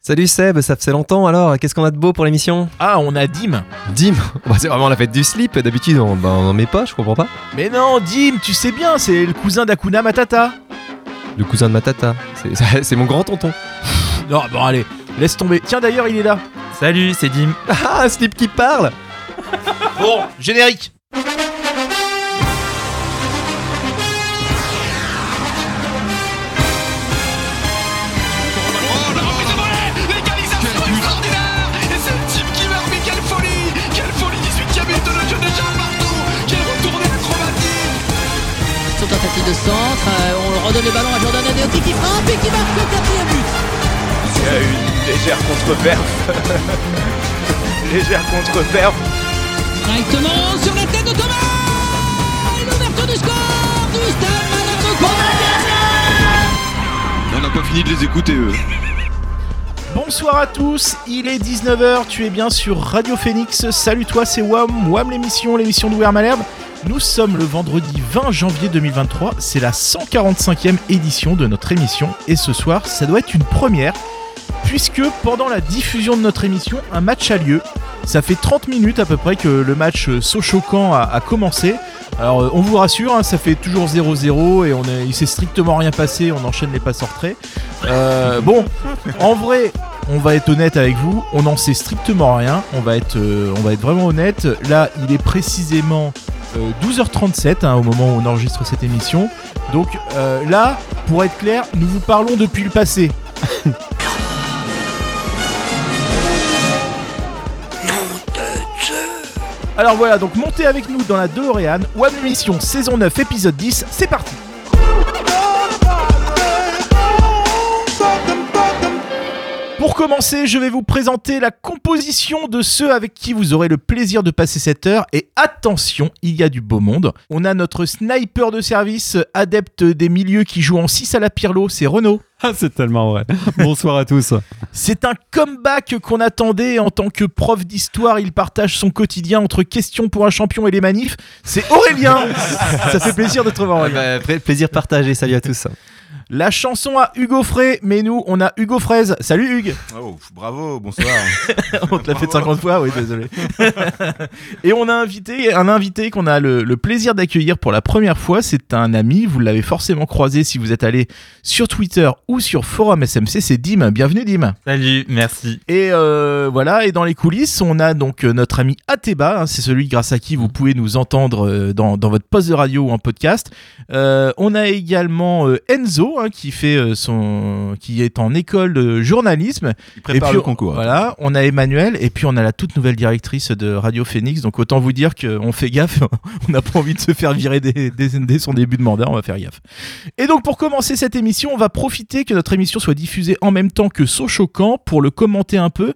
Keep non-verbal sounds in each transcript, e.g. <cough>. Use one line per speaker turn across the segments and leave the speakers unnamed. Salut Seb, ça faisait longtemps alors, qu'est-ce qu'on a de beau pour l'émission
Ah, on a Dim
Dim <laughs> Bah, C'est vraiment la fête du slip, d'habitude on bah, on en met pas, je comprends pas.
Mais non, Dim, tu sais bien, c'est le cousin d'Akuna Matata
Le cousin de ma tata, c'est <laughs> c'est mon grand tonton.
Non, bon, allez, laisse tomber. Tiens, d'ailleurs, il est là
Salut, c'est Dim.
Ah, un slip qui parle
Bon, générique
Et c'est le type qui meurt, mais quelle folie Quelle folie 18 cabines de jeu de gens partout Quelle retournée acrobatique
Son tentative de centre, euh, on redonne le ballon à Jordan Adeoti qui frappe et qui marque le quatrième but.
une légère contre-perf. <laughs> légère contre-perf.
Directement sur la tête de Thomas Et L'ouverture du score du Stade Malherbe
On n'a pas fini de les écouter, eux.
Bonsoir à tous, il est 19h, tu es bien sur Radio Phoenix. Salut toi, c'est Wam, Wam l'émission, l'émission d'Ouvert Malherbe. Nous sommes le vendredi 20 janvier 2023, c'est la 145e édition de notre émission et ce soir, ça doit être une première puisque pendant la diffusion de notre émission, un match a lieu. Ça fait 30 minutes à peu près que le match euh, Sochaux-Camp a, a commencé. Alors euh, on vous rassure, hein, ça fait toujours 0-0 et on a- il s'est strictement rien passé, on enchaîne les passes en retrait. Euh, bon, en vrai, on va être honnête avec vous, on n'en sait strictement rien, on va être, euh, on va être vraiment honnête. Là, il est précisément euh, 12h37 hein, au moment où on enregistre cette émission. Donc euh, là, pour être clair, nous vous parlons depuis le passé. <laughs> Alors voilà, donc montez avec nous dans la DeLorean, One Mission saison 9, épisode 10, c'est parti Pour commencer, je vais vous présenter la composition de ceux avec qui vous aurez le plaisir de passer cette heure. Et attention, il y a du beau monde. On a notre sniper de service, adepte des milieux qui joue en 6 à la Pirlo, c'est Renaud.
Ah, c'est tellement vrai. Bonsoir
<laughs>
à tous.
C'est un comeback qu'on attendait en tant que prof d'histoire. Il partage son quotidien entre questions pour un champion et les manifs. C'est Aurélien Ça fait plaisir de te revoir,
Ah
Aurélien.
bah, pla- Plaisir partagé, salut à tous.
La chanson à Hugo Frey, mais nous, on a Hugo Fraise. Salut Hugues
Oh, bravo, bonsoir.
<laughs> On te l'a fait 50 fois, oui, désolé. <laughs> Et on a invité un invité qu'on a le, le plaisir d'accueillir pour la première fois. C'est un ami, vous l'avez forcément croisé si vous êtes allé sur Twitter ou sur Forum SMC. C'est Dim. Bienvenue, Dim.
Salut, merci.
Et euh, voilà, et dans les coulisses, on a donc euh, notre ami Ateba, hein, c'est celui grâce à qui vous pouvez nous entendre euh, dans, dans votre poste de radio ou en podcast. Euh, on a également euh, Enzo hein, qui fait euh, son, qui est en école de journalisme.
Il
Et
prépare
puis,
le concours.
Voilà, on a Emmanuel et puis on a la toute nouvelle directrice de Radio Phoenix. Donc autant vous dire qu'on fait gaffe, <laughs> on n'a pas envie de se faire virer dès, dès- dès son début de mandat, on va faire gaffe. Et donc pour commencer cette émission, on va profiter que notre émission soit diffusée en même temps que Sochaux Camp pour le commenter un peu.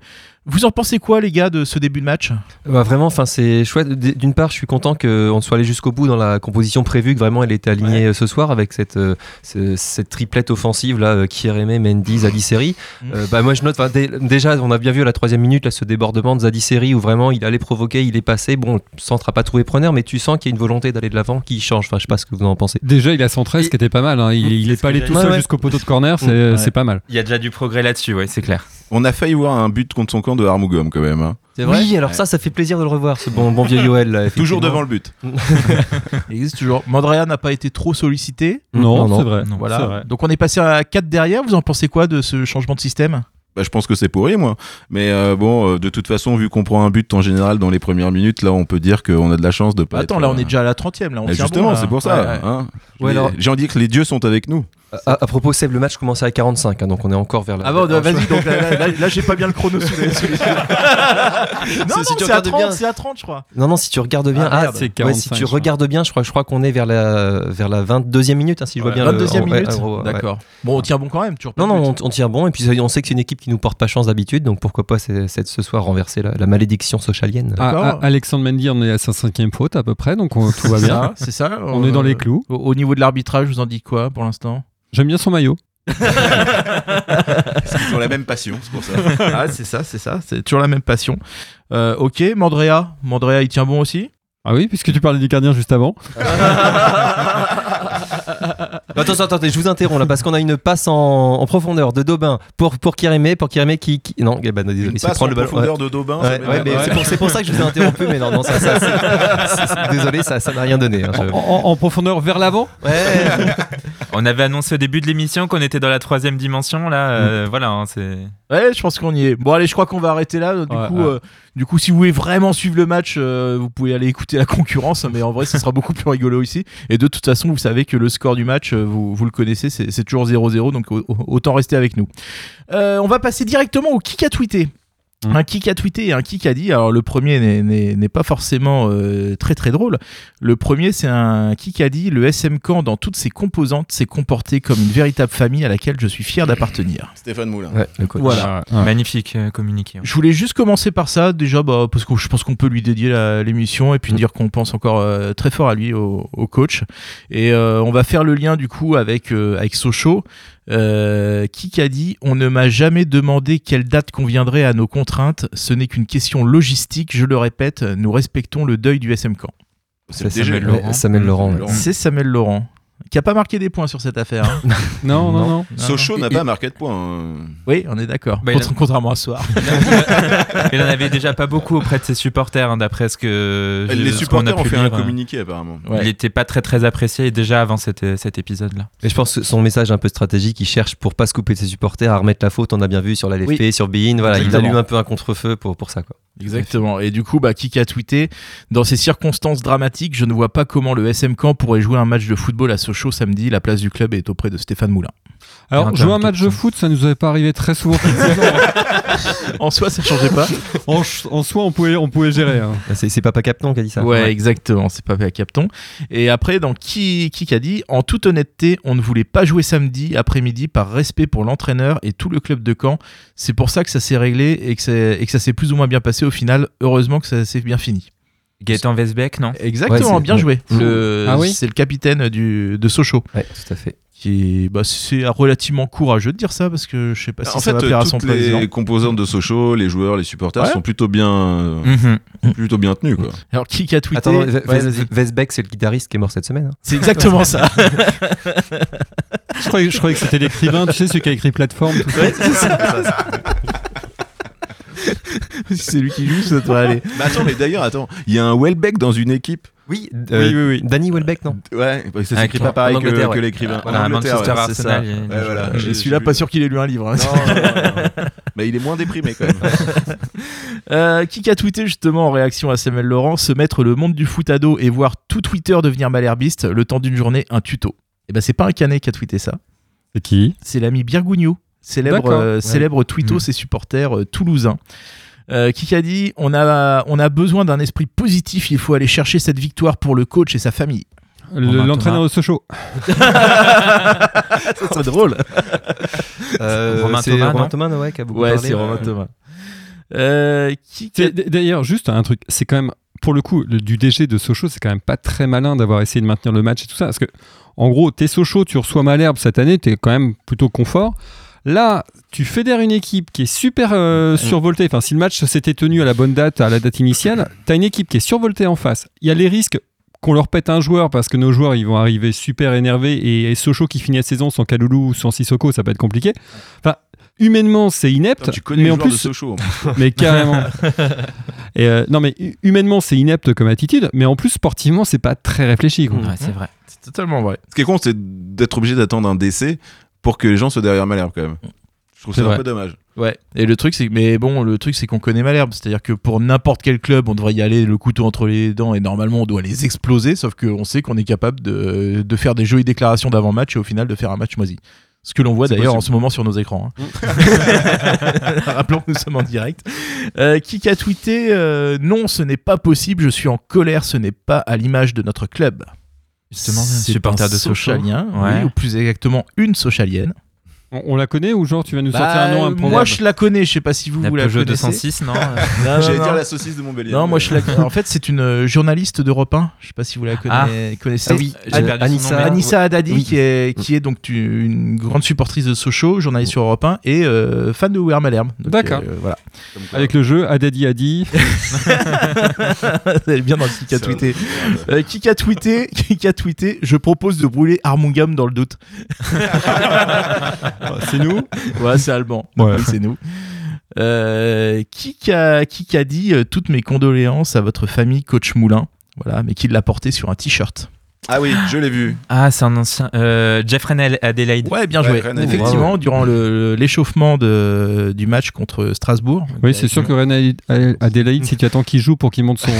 Vous en pensez quoi les gars de ce début de match
Bah, vraiment, enfin c'est chouette. D- D'une part, je suis content qu'on soit allé jusqu'au bout dans la composition prévue, que vraiment elle était alignée euh, ce soir avec cette, euh, ce- cette triplette offensive là, euh, Kieremé, Mendy, Zadisseri.
Mm.
Euh, bah moi je note, enfin, dé- déjà on a bien vu à la troisième minute là ce débordement de Zadisseri où vraiment il allait provoquer, il est passé. Bon, le centre a pas trouvé preneur, mais tu sens qu'il y a une volonté d'aller de l'avant qui change. Enfin, je sais pas ce que vous en pensez.
Déjà, il a centré, ce qui était pas mal. hein. Il, il
C'est
est
ce
pas
que
allé
j'allais
tout
dire.
seul
Ouais,
jusqu'au poteau de corner, c'est
Ouais.
c'est pas mal.
Il y a déjà du progrès là-dessus, ouais, c'est
<laughs>
clair.
On a failli voir un but contre son camp de Armougom quand même. hein.
C'est vrai. Oui, alors ça, ça fait plaisir de le revoir, ce bon, bon vieux Yoel. là,
Toujours
effectivement.
devant le but.
Il existe toujours. Mandrea n'a pas été trop sollicité.
Non, c'est vrai.
Non,
C'est
Voilà.
vrai.
Donc on est passé à 4 derrière. Vous en pensez quoi de ce changement de système
Bah, je pense que c'est pourri, moi. Mais euh, bon, euh, de toute façon, vu qu'on prend un but en général dans les premières minutes, là, on peut dire qu'on a de la chance de pas.
Attends,
être,
là
euh,
on est déjà à la 30ème. Là, on
bah,
tient bon,
justement,
là.
c'est pour
Ouais, ouais.
ça. hein.
Ouais,
Les-
alors-
J'ai envie de dire que les dieux sont avec nous.
À, à propos, Seb, le match commençait à 45, hein, donc on est encore vers la.
Ah bon, vas-y, donc là, là- là- là, j'ai pas bien le chrono sous <laughs> les sous les yeux. Non, non,
si tu
c'est à
regardes
30,
bien.
c'est à 30, je crois.
Non, non, si tu regardes bien,
Ah,
ah,
merde. C'est
ouais,
45,
si tu
je crois.
regardes bien, je crois, je crois qu'on est vers la, vers la 22e minute, hein, si je vois bien. le-
22 e
en- ouais,
minute.
en gros, ouais.
D'accord. Bon, on tient bon quand même, toujours pas
Non,
de
non,
but.
on, on tient bon, et puis ça, on sait que c'est une équipe qui nous porte pas chance d'habitude, donc pourquoi pas c'est- c'est de ce soir renverser la, la malédiction socialienne.
Ah,
D'accord.
ah, Alexandre Mendy, on est à sa cinquième faute à peu près, donc on- tout <laughs> va
C'est
bien.
ça, c'est ça.
On
euh,
est dans les clous.
Au, au niveau de l'arbitrage, je vous en dis quoi pour l'instant
J'aime bien son maillot.
Ils ont la même passion, c'est pour <laughs> ça.
Ah, c'est ça, c'est ça. C'est toujours la même passion. Euh, ok, Mandrea. Mandrea, il tient bon aussi
Ah oui, puisque tu parlais du gardien juste avant.
Attends, attends, attends, je vous interromps là parce qu'on a une passe en, en profondeur de Daubin pour, pour Kirimé, pour Kirimé qui, qui- Non, eh ben, désolé, il se prend le ballon. Ouais.
profondeur de Daubin. ça
Ouais, ouais,
m'énerve.
mais c'est pour, c'est pour ça que je vous ai interrompu, mais non, non, ça, ça, c'est- c'est- c'est- désolé, ça, ça n'a rien donné. hein, je-
En, en- en profondeur vers l'avant
Ouais.
On avait annoncé au début de l'émission qu'on était dans la troisième dimension, là. euh,
Mm.
Voilà, hein, c'est.
Ouais, je pense qu'on y est. Bon, allez, je crois qu'on va arrêter là. Du,
Ouais,
coup,
ouais.
euh, du coup, si vous voulez vraiment suivre le match, euh, vous pouvez aller écouter la concurrence. Mais en vrai, ce sera beaucoup plus rigolo ici. Et de toute façon, vous savez que le score du match, euh, vous, vous le connaissez, c'est c'est toujours 0-0. Donc au- au- autant rester avec nous. Euh, on va passer directement au kick à tweeter.
Mhm.
Un kick à tweeter et un kick à dit. Alors le premier n'est- n'est n'est pas forcément euh, très très drôle. Le premier c'est un kick à dit. Le SM Camp dans toutes ses composantes s'est comporté comme une véritable famille à laquelle je suis fier d'appartenir.
Stéphane Moulin.
Ouais, le coach.
Voilà.
Ouais.
Magnifique euh,
<laughs>
communiqué.
Je voulais juste commencer par ça, déjà, bah, parce que je pense qu'on peut lui dédier la- l'émission et puis
Mm.
dire qu'on pense encore euh, très fort à lui, au, au coach. Et euh, on va faire le lien du coup avec, euh, avec Sochaux, euh, qui a dit On ne m'a jamais demandé quelle date conviendrait à nos contraintes, ce n'est qu'une question logistique, je le répète, nous respectons le deuil du SM Camp.
Ça,
DG,
Samuel
Laurent.
Laurent. Samuel Laurent, ouais.
Mm.
Laurent.
C'est Samuel Laurent, qui a pas marqué des points sur cette affaire.
<laughs>
hein.
Non, non, non.
Sochaux n'a
Il-
pas marqué de points. hein.
oui, on est d'accord.
Bah, il a-
Contra- Contrairement à ce soir.
Il en avait déjà pas beaucoup auprès de ses supporters, hein, d'après ce que. j'ai-
Euh, Les
ce qu'on
supporters
a
ont
pu
fait un
lire, euh,
communiqué apparemment.
Ouais.
Il n'était pas très très apprécié déjà avant cet, cet épisode-là.
Et je pense que son message un peu stratégique, il cherche pour pas se couper de ses supporters à remettre la faute. On a bien vu sur la LFP, sur Bein, voilà, il
Exactement.
allume un peu un contre-feu pour, pour ça. Quoi.
Exactement. Et du coup, bah, Kika a tweeté Dans ces circonstances dramatiques, je ne vois pas comment le SM Camp pourrait jouer un match de football à Sochaux samedi. La place du club est auprès de Stéphane Moulin.
Alors, jouer un match de foot, ça nous avait pas arrivé très <laughs> souvent. cette saison, hein.
<laughs> En soi, ça changeait pas.
en, ch- en soi, on pouvait, on pouvait gérer. hein.
C'est c'est Papa Capton qui a dit ça.
ouais, exactement. C'est pas fait à Capton. Et après, dans qui, qui a dit En toute honnêteté, on ne voulait pas jouer samedi après-midi par respect pour l'entraîneur et tout le club de Caen. C'est pour ça que ça s'est réglé et que, c'est- et que ça s'est plus ou moins bien passé au final. Heureusement que ça s'est bien fini.
Gaëtan Vesbeck, non
Exactement,
c'est-
bien
ouais.
joué. Le-
Ah oui
C'est le capitaine du, de Sochaux.
Ouais, tout à fait.
qui bah, c'est relativement courageux de dire ça parce que je sais pas si
en
ça
fait,
va
euh,
plaire à son
toutes
président.
les composantes de Sochaux, les joueurs, les supporters
Ouais. Mm.
sont plutôt bien, euh,
Mhm.
plutôt bien tenus. <laughs> Quoi.
Alors qui qui a tweeté
Attends,
Ouais,
Ve- Ve-
vas-y.
Vesbeck, c'est le guitariste qui est mort cette semaine. hein.
c'est exactement <laughs> ça.
Je, croyais, je croyais que c'était l'écrivain, tu sais, celui qui a écrit plateforme. tout ça.
Si c'est lui qui joue, ça devrait aller.
Mais Bah, attends, mais d'ailleurs, attends, il y a un Welbeck dans une équipe.
Oui, euh,
oui, oui, oui.
Danny Welbeck, non
Ouais, ça
Ah,
s'écrit
en-
pas pareil
en
que,
Angleterre,
que
ouais.
l'écrivain.
Voilà,
bah, En
à Mhm.
Angleterre,
Manchester
ouais, c'est ça.
Arsenal. il-
Ouais, voilà.
Je
Ah, J'ai-
suis là
j'ai
pas
vu.
sûr qu'il ait lu un livre. hein.
Non, non, non,
<laughs>
non. Mais il est moins déprimé quand même.
Euh, qui qui a tweeté justement en réaction à Samuel Laurent se mettre le monde du foot à dos et voir tout Twitter devenir malherbiste le temps d'une journée un tuto. Et ben c'est pas un canet qui a tweeté ça,
C'est qui
c'est l'ami Birgougnou, célèbre
D'accord.
euh, célèbre
Hmm.
tweetos et supporter euh, toulousain. Euh, qui a dit on a, on a besoin d'un esprit positif, il faut aller chercher cette victoire pour le coach et sa famille.
Le-
Thomas.
L'entraîneur de Sochaux.
C'est drôle.
Euh,
Romain
c'est
Thomas, non
Romain Thomas, ouais, qui a beaucoup
Ouais,
parlé. euh,
c'est Romain Thomas.
Ah,
Euh, qui
C'est- d- D'ailleurs, juste un truc, c'est quand même, pour le coup, le- du DG de Sochaux, c'est quand même pas très malin d'avoir essayé de maintenir le match et tout ça. Parce que, en gros, t'es Sochaux, tu reçois Malherbe cette année, t'es quand même plutôt confort. Là, tu fédères une équipe qui est super euh, survoltée. Enfin, si le match s'était tenu à la bonne date, à la date initiale, t'as une équipe qui est survoltée en face. Il y a les risques qu'on leur pète un joueur parce que nos joueurs ils vont arriver super énervés et, et Sochaux qui finit la saison sans Kaloulou ou sans Sissoko, ça peut être compliqué. Enfin, humainement c'est inepte,
Attends, tu connais
mais
les
en
joueurs de
plus
Sochaux.
<laughs> mais carrément. Et euh, non, mais hu- humainement, c'est inepte comme attitude, mais en plus, sportivement, c'est pas très réfléchi.
Mm.
quoi.
Ouais, c'est vrai.
C'est totalement vrai.
Ce qui est con, c'est d'être obligé d'attendre un décès pour que les gens soient derrière Malherbe quand même. Je trouve
C'est
ça un
vrai.
peu dommage.
Ouais. Et le truc, c'est que- mais bon, le truc, c'est qu'on connaît Malherbe. C'est-à-dire que pour n'importe quel club, on devrait y aller le couteau entre les dents et normalement, on doit les exploser. Sauf qu'on sait qu'on est capable de, de faire des jolies déclarations d'avant-match et au final de faire un match moisi. Ce que l'on voit
C'est
d'ailleurs en
possible. Mm.
ce moment sur nos écrans. hein. <laughs>
<laughs>
Rappelons que nous sommes en direct. Euh, qui a tweeté euh, Non, ce n'est pas possible, je suis en colère, ce n'est pas à l'image de notre club.
Justement,
C'est
supporter
un
de Sochaux.
Sochalien,
Ouais.
oui, ou plus exactement une Sochalienne.
On, on la connaît ou genre tu vas nous
Bah,
sortir un nom improbable
moi je la connais, je sais pas si vous,
Euh,
La
vous la
Peugeot
connaissez.
206, non euh,
Ah
Non, non,
J'allais
non.
dire la saucisse de Montbéliard.
Non, moi je la En fait, c'est une euh, journaliste d'Europe 1. Je sais pas si vous la conna- connaissez.
Ah oui,
j'ai
euh,
perdu son
Anissa.
nom, mais-
Anissa Haddadi,
Oui.
qui, est, qui est donc tu- une grande supportrice de Sochaux, journaliste sur Europe 1 et euh, fan de Weir Malherbe. Donc,
D'accord.
euh, voilà.
<laughs> Avec le jeu Adadi Adi.
<laughs> Elle est bien dans le qui a
Ça-
tweeté. Euh, qui a tweeté, <laughs> qui a tweeté, je propose de brûler Armungam dans le doute.
<laughs>
c'est nous Ouais, c'est allemand. Donc oui, c'est nous. Euh, qui, a, qui a dit euh, toutes mes condoléances à votre famille, coach Moulin Voilà, mais qui l'a porté sur un t-shirt.
Ah oui, je l'ai vu.
Ah, c'est un ancien. Euh, Jeff Renel Adelaide.
Ouais, bien
Ouais,
joué.
rien à dire.
Effectivement, durant le- l'échauffement de- du match contre Strasbourg.
Oui, c'est sûr que René Adélaïde, si tu attends qu'il joue pour qu'il monte
<laughs>
son,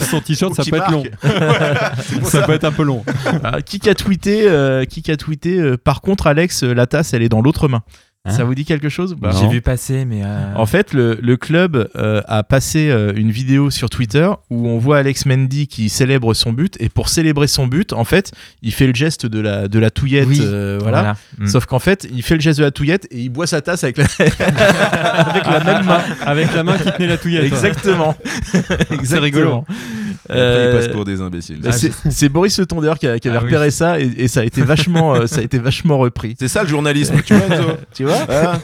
son t-shirt,
Ou
ça
qu'il
peut être long.
<laughs>
ça peut être un peu long.
Ah, qui a tweeté, euh, qui a tweeté euh, Par contre, Alex, euh, la tasse, elle est dans l'autre main.
Hein
Ça vous dit quelque chose Bah,
J'ai vu passer, mais. euh,
Oh,
En fait, le, le club euh, a passé euh, une vidéo sur Twitter où on voit Alex Mendy qui célèbre son but. Et pour célébrer son but, en fait, il fait le geste de la, de la touillette.
Oui.
euh, voilà.
Mm.
Sauf qu'en fait, il fait le geste de la touillette et il boit sa tasse avec la, <laughs> avec la même main.
Avec la main qui tenait la touillette.
Exactement. C'est
rigolo.
Après, ils passent pour des imbéciles.
Euh, c'est- c'est Boris Le Tondeur qui, a- qui avait
Ah oui.
repéré ça et, et ça a été vachement, euh, ça a été vachement repris.
C'est ça le journalisme, tu vois, Enzo
Tu vois
Ah,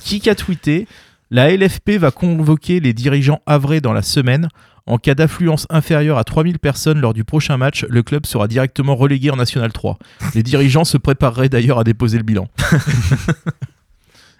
Qui a tweeté La LFP va convoquer les dirigeants havrais dans la semaine. En cas d'affluence inférieure à 3000 personnes lors du prochain match, le club sera directement relégué en National 3. Les dirigeants se prépareraient d'ailleurs à déposer le bilan.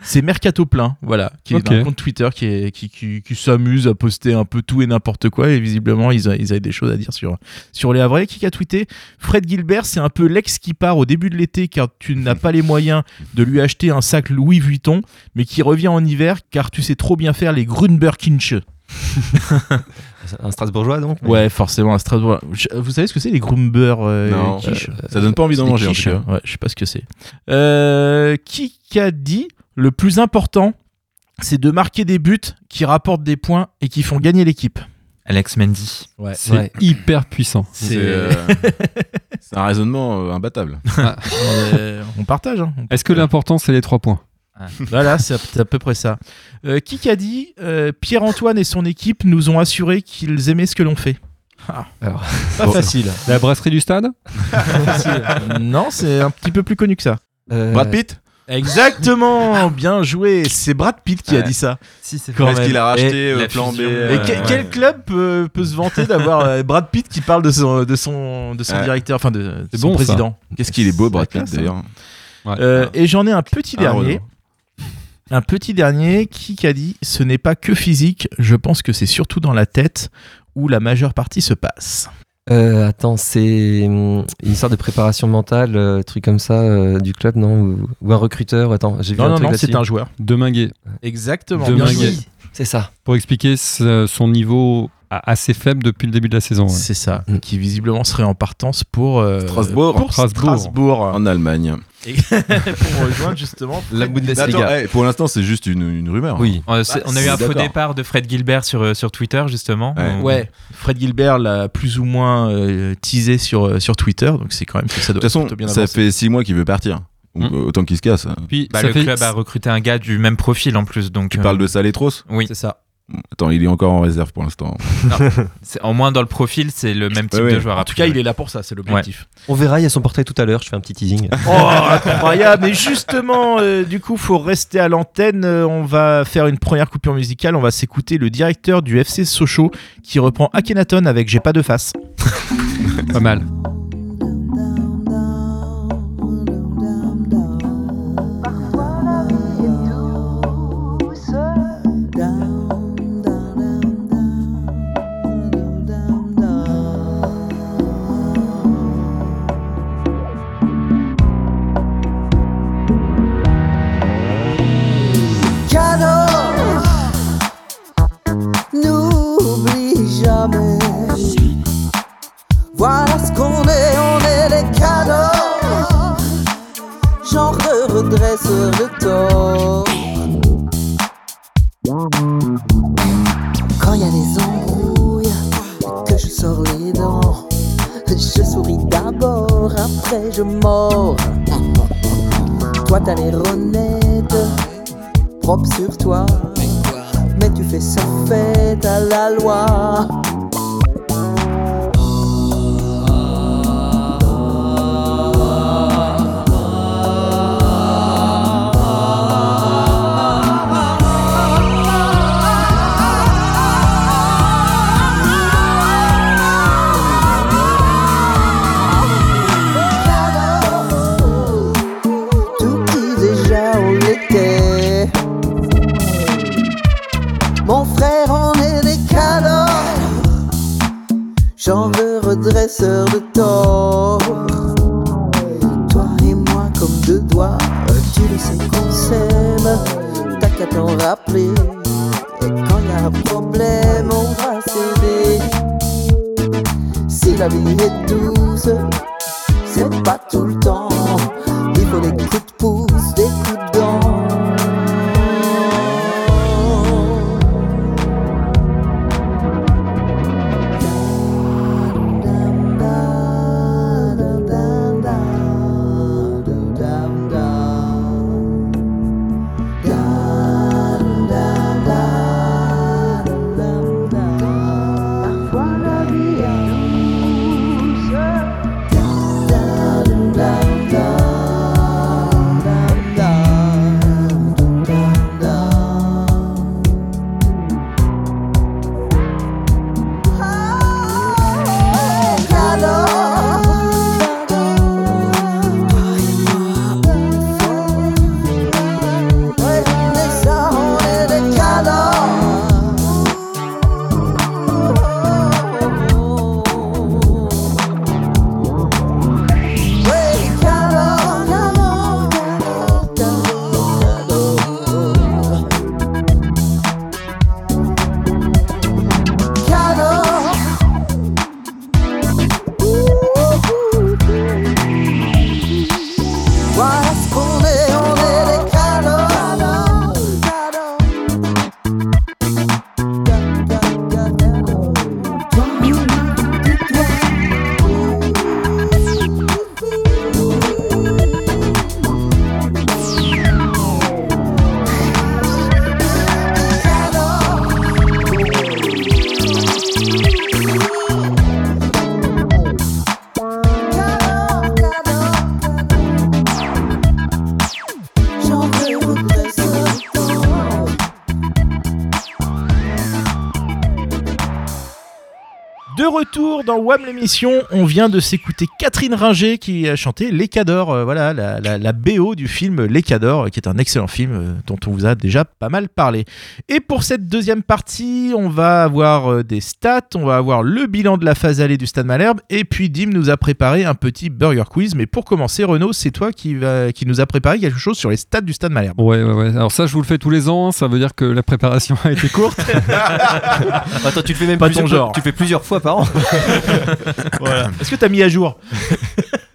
C'est Mercato Plein, voilà, qui est
Ok.
un compte Twitter qui, est- qui, qui- qui s'amuse à poster un peu tout et n'importe quoi. Et visiblement, ils, a- ils avaient des choses à dire sur, sur les Havrais. Qui a tweeté Fred Gilbert, c'est un peu l'ex qui part au début de l'été car tu n'as pas les moyens de lui acheter un sac Louis Vuitton, mais qui revient en hiver car tu sais trop bien faire les Grunberkinche.
Un Strasbourgeois donc
Ouais, forcément, à Strasbourg. Je- Vous savez ce que c'est les Grumber euh,
Non.
quiche
ça donne pas envie d'en
Des
manger, en tout
quiches,
cas.
ouais, je sais pas ce que c'est. Euh, qui a dit le plus important, c'est de marquer des buts qui rapportent des points et qui font gagner l'équipe.
Alex Mendy.
Ouais.
C'est hyper puissant.
C'est euh, c'est un raisonnement euh, imbattable.
euh, on partage. hein, on
Est-ce que l'important, c'est les trois points
Voilà, c'est à- c'est à peu près ça. Euh, qui a dit euh, Pierre-Antoine et son équipe nous ont assuré qu'ils aimaient ce que l'on fait Ah.
Alors,
Pas
bon.
facile.
La brasserie du stade
non, c'est un petit peu plus connu que ça.
Euh,
Brad Pitt
Exactement, bien joué. C'est Brad Pitt qui a
Ouais.
dit ça.
Si, c'est
Quand
Parce
même.
qu'il a racheté
Et
euh,
la
Plan B.
fusion.
Et
euh,
que-
ouais.
quel club peut, peut se vanter d'avoir euh, Brad Pitt qui parle de son, de son, de son
Ouais.
directeur, enfin de, de
C'est
son
bon, ça.
président
Qu'est-ce qu'il est beau, Brad Pitt,
classe, hein.
d'ailleurs.
Euh, Et j'en ai un petit
Ah,
dernier. Un petit dernier qui a dit Ce n'est pas que physique, je pense que c'est surtout dans la tête où la majeure partie se passe.
euh, attends, c'est hum, une histoire de préparation mentale, euh, truc comme ça euh, du club, non ou, ou un recruteur, attends, j'ai vu
Non,
un
non,
truc
non,
là-dessus.
c'est un joueur.
Deminguet.
Exactement.
Demain,
bien
il y a-
joué.
C'est ça.
Pour expliquer ce- son niveau a- assez faible depuis le début de la saison. ouais.
C'est ça,
Mm.
qui visiblement serait en partance pour euh,
Strasbourg.
Pour
Strasbourg.
Strasbourg.
En Allemagne.
pour rejoindre justement.
La
Mais attends, eh, pour l'instant, c'est juste une, une rumeur.
Oui.
On, a- c'est- on a eu
Bah, c'est
un faux
d'accord.
départ de Fred Gilbert sur, euh, sur Twitter, justement.
Ouais.
On-
<laughs> Ouais, Fred Gilbert l'a plus ou moins euh, teasé sur, euh, sur Twitter, donc c'est quand même que ça doit
De toute façon,
plutôt bien
ça
avancé.
fait six mois qu'il veut partir. Donc,
Hmm.
euh, Autant qu'il se casse.
Puis
Bah,
ça
le
fait-
club a recruté un gars du même profil en plus, donc.
Tu
euh,
parles de Saletros
Oui,
C'est ça.
Hmm, Attends, il est encore en réserve pour l'instant.
euh, C'est- au moins dans le profil, c'est le même type
Ouais, ouais.
de joueur.
En tout cas, il est là pour ça, c'est l'objectif.
On verra, il y a son portrait tout à l'heure, je fais un petit teasing.
<laughs> Oh, incroyable Mais justement, euh, du coup, faut rester à l'antenne. Euh, on va faire une première coupure musicale. On va s'écouter le directeur du FC Sochaux qui reprend Akhenaton avec J'ai pas de face.
pas mal.
Cadeau, n'oublie jamais. Voilà ce qu'on est, on est les cadeaux. J'en re- redresse le tort. Quand il y a des embrouilles, et que je sors les dents, je souris d'abord, après je mords. Toi,
Toi t'as l'air honnête, propre sur toi. Mais tu fais ça fête à la loi. tout petit déjà on l'était. Mon frère, on est des cadors, genre de redresseur de tort. Toi et moi comme deux doigts, tu le sais qu'on s'aime. T'as qu'à t'en rappeler, et quand y a un problème, on va s'aider. Si la vie est douce, c'est pas tout le temps. Il faut des coups de pouce, des coups de Voilà ce qu'on est, on est des canons. J'en veux reprendre ce temps.
De retour dans WAM l'émission, on vient de s'écouter Catherine Ringer qui a chanté Les Cadors, euh, voilà, la, la- la BO du film Les Cadors, euh, qui est un excellent film euh, dont on vous a déjà pas mal parlé. Et pour cette deuxième partie, on va avoir euh, des stats, on va avoir le bilan de la phase allée du Stade Malherbe, et puis Dim nous a préparé un petit burger quiz. Mais pour commencer, Renaud, c'est toi qui, va, qui nous a préparé quelque chose sur les stats du Stade Malherbe.
Ouais, ouais, ouais. Alors ça, je vous le fais tous les ans. hein. Ça veut dire que la préparation <laughs> a été courte.
<laughs> Attends, tu le fais même
Pas
plusieurs-
ton genre.
Tu le fais plusieurs fois <laughs> par an.
<laughs> Est-ce que t'as mis à jour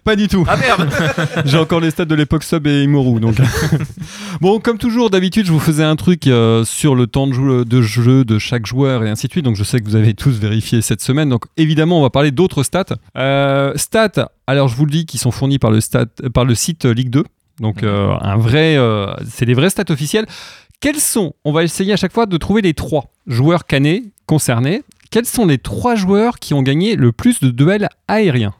Pas du tout.
Ah merde
<laughs> J'ai encore les stats de l'époque Sub et Imoru.
<laughs>
Donc. bon, comme toujours, d'habitude, je vous faisais un truc euh, sur le temps de jeu, de jeu de chaque joueur et ainsi de suite. Donc, je sais que vous avez tous vérifié cette semaine. Donc, évidemment, on va parler d'autres stats. Euh, stats, alors je vous le dis, qui sont fournis par le, stat, euh, par le site euh, Ligue 2.
Mhm.
Donc, euh, un vrai, euh, c'est des vrais stats officiels. Quels sont On va essayer à chaque fois de trouver les trois joueurs canés concernés. Quels sont les trois joueurs qui ont gagné le plus de duels aériens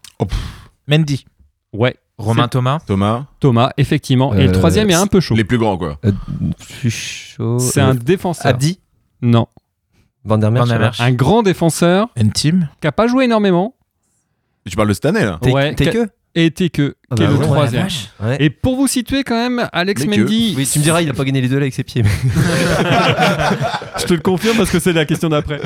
Mendy.
Ouais.
Romain Thomas
Thomas,
Thomas, effectivement. Et le
Euh,
troisième est un peu chaud.
les plus grands quoi.
C'est un défenseur.
Abdi
Non.
Van der Merch.
Van der Merch.
Un grand défenseur
Entim.
qui n'a pas joué énormément.
Tu parles de cette année là
T'es
Ouais,
t'es
que-
que
Et t'es que,
Ah
qui est
bah
le
ouais,
troisième.
la vache. Ouais.
Et pour vous situer quand même, Alex
Mais que-
Mendy.
Oui, tu me diras, il a pas gagné les deux là avec ses pieds. mais-
Je te le confirme parce que c'est la question <laughs> d'après.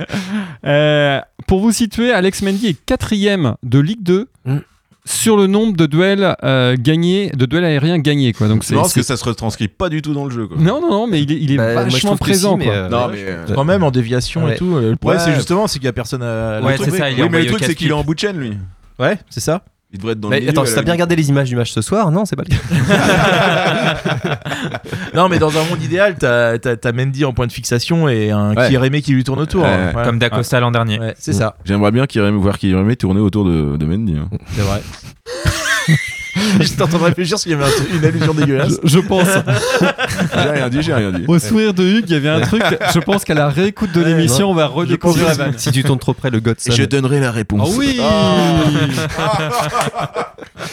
Euh, pour vous situer, Alex Mendy est quatrième de Ligue 2
Mm.
sur le nombre de duels euh, gagnés, de duels aériens gagnés. Quoi. Donc c'est,
Non, parce
c'est-
que ça se retranscrit pas du tout dans le jeu quoi.
non, non, non, mais il est, il
<laughs>
est
Bah, moi, je
vachement
trouve que
présent.
si, mais,
quoi.
euh,
Non,
ouais.
mais. euh,
Ouais.
Quand même en déviation
Ouais.
et tout. euh, Le
Ouais,
problème,
c'est
c'est
justement, c'est qu'il y a personne à.
Ouais,
le truc-
c'est ça, il est
oui, mais
envoyé
le
au
truc, c'est qu'il est
casse-pipe.
en bout de chaîne lui.
Ouais, c'est ça.
Il devrait être dans
Mais
le milieu.
attends,
à
si
la
t'as bien
limite.
regardé les images du match ce soir, non, c'est pas le cas.
Non, mais dans un monde idéal, t'as t'as- t'as Mendy en point de fixation et un
Ouais.
Kieremé qui lui tourne autour.
Ouais,
hein.
ouais.
Voilà.
comme Dacosta l'an dernier.
Ouais, <laughs> c'est ça.
J'aimerais bien qu'il aimait- voir qu'il aimait tourner autour de, de Mendy. hein.
C'est vrai. J'étais en train de réfléchir s'il y avait un truc- une allusion dégueulasse.
Je pense.
<laughs>
J'ai rien dit, j'ai rien dit.
Au sourire de Hugues, il y avait un truc. Je pense qu'à la réécoute de l'émission, on va redécouvrir la vanne.
Oh, Si tu tournes trop près, le Godson.
Je donnerai la réponse.
Ah oui <laughs>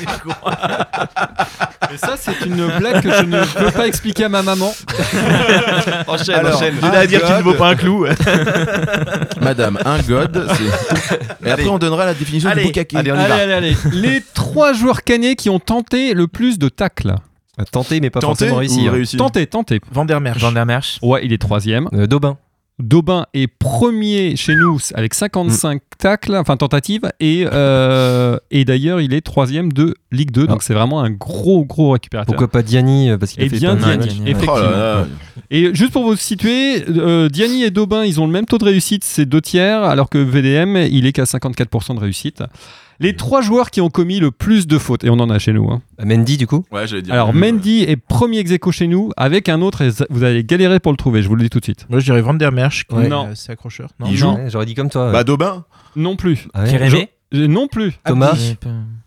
Et ça, c'est une blague que je ne peux pas expliquer à ma maman.
Enchaîne, enchaîne. J'ai à dire qu'il ne vaut pas un clou.
<laughs> Madame, un god,
<laughs>
c'est- Et après, on donnera la définition
Allez.
du bukake.
Allez, on y
Allez,
va.
allez, allez. Les trois joueurs cannés qui ont tenté le plus de tacles.
Bah, Tenter, mais pas
Tenter
forcément
ou
réussir.
réussir
Tentez, tentez.
Vandermeersch.
Van der Merch.
Ouais, il est troisième.
Euh, Daubin.
Daubin est premier chez nous avec 55 tacles, enfin tentatives, et, euh, et d'ailleurs il est troisième de Ligue 2, donc c'est vraiment un gros gros récupérateur.
Pourquoi pas Diani euh, Parce qu'il
et
a fait
bien
plein de
Diani,
matchs.
Diani, ouais.
effectivement.
Oh là là.
Et juste pour vous situer, euh, Diani et Daubin, ils ont le même taux de réussite, c'est deux tiers, alors que VDM, il est qu'à 54% de réussite. Les trois joueurs qui ont commis le plus de fautes, et on en a chez nous. hein.
Euh, Mendy, du coup
Ouais, j'allais dire.
Alors Mendy est premier ex aequo chez nous, avec un autre, et vous allez galérer pour le trouver, je vous le dis tout de suite.
Moi, je dirais Vandermeersch.
Ouais.
Non.
Non.
C'est accrocheur.
Il joue
Ouais, J'aurais dit comme toi.
Bah, Daubin
Non plus.
Ah ouais.
Kérémé.
Euh, Non plus.
Thomas.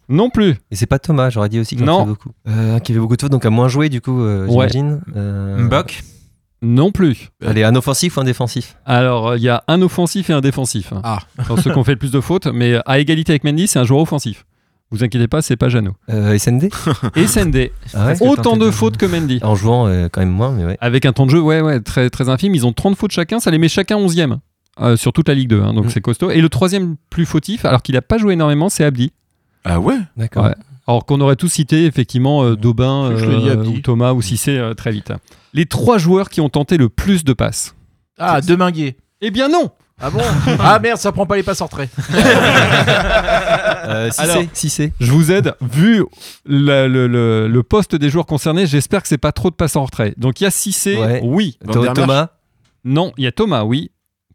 Non plus.
Et c'est pas Thomas, j'aurais dit aussi qu'il en
Non.
fait beaucoup. Euh, qui avait beaucoup de fautes, donc à moins jouer, du coup, euh,
Ouais.
j'imagine. Euh,
Mbok.
Non plus.
Allez, un offensif ou un défensif
Alors, il y a un offensif et un défensif. hein,
Ah.
Dans ceux qui ont fait le plus de fautes, mais à égalité avec Mendy, c'est un joueur offensif. Vous inquiétez pas, c'est pas Jeannot.
euh,
<laughs>
SND
Et Sendé,
Ah ouais
autant de fautes que Mendy.
En jouant euh, quand même moins, mais ouais.
Avec un temps de jeu, ouais, ouais, très, très infime. Ils ont 30 fautes chacun, ça les met chacun 11e euh, sur toute la Ligue 2, hein, donc
Mm.
c'est costaud. Et le troisième plus fautif, alors qu'il n'a pas joué énormément, c'est Abdi.
Ah ouais
D'accord.
Ouais. Alors qu'on aurait tous cité effectivement euh, Daubin,
Je l'ai dit,
euh,
Abdi.
ou Thomas ou Cissé euh, très vite. Les trois joueurs qui ont tenté le plus de passes.
Ah, Deminguet.
Eh bien non
Ah bon <laughs> Ah merde, ça prend pas les passes en retrait.
Euh, si
Alors-
c'est, si c'est.
Je vous aide. Vu la- le, le- le poste des joueurs concernés, j'espère que c'est pas trop de passes en retrait. Donc il y a Cissé,
Ouais.
oui.
Van der Merch.
Thomas,
Non, il y a Thomas, oui.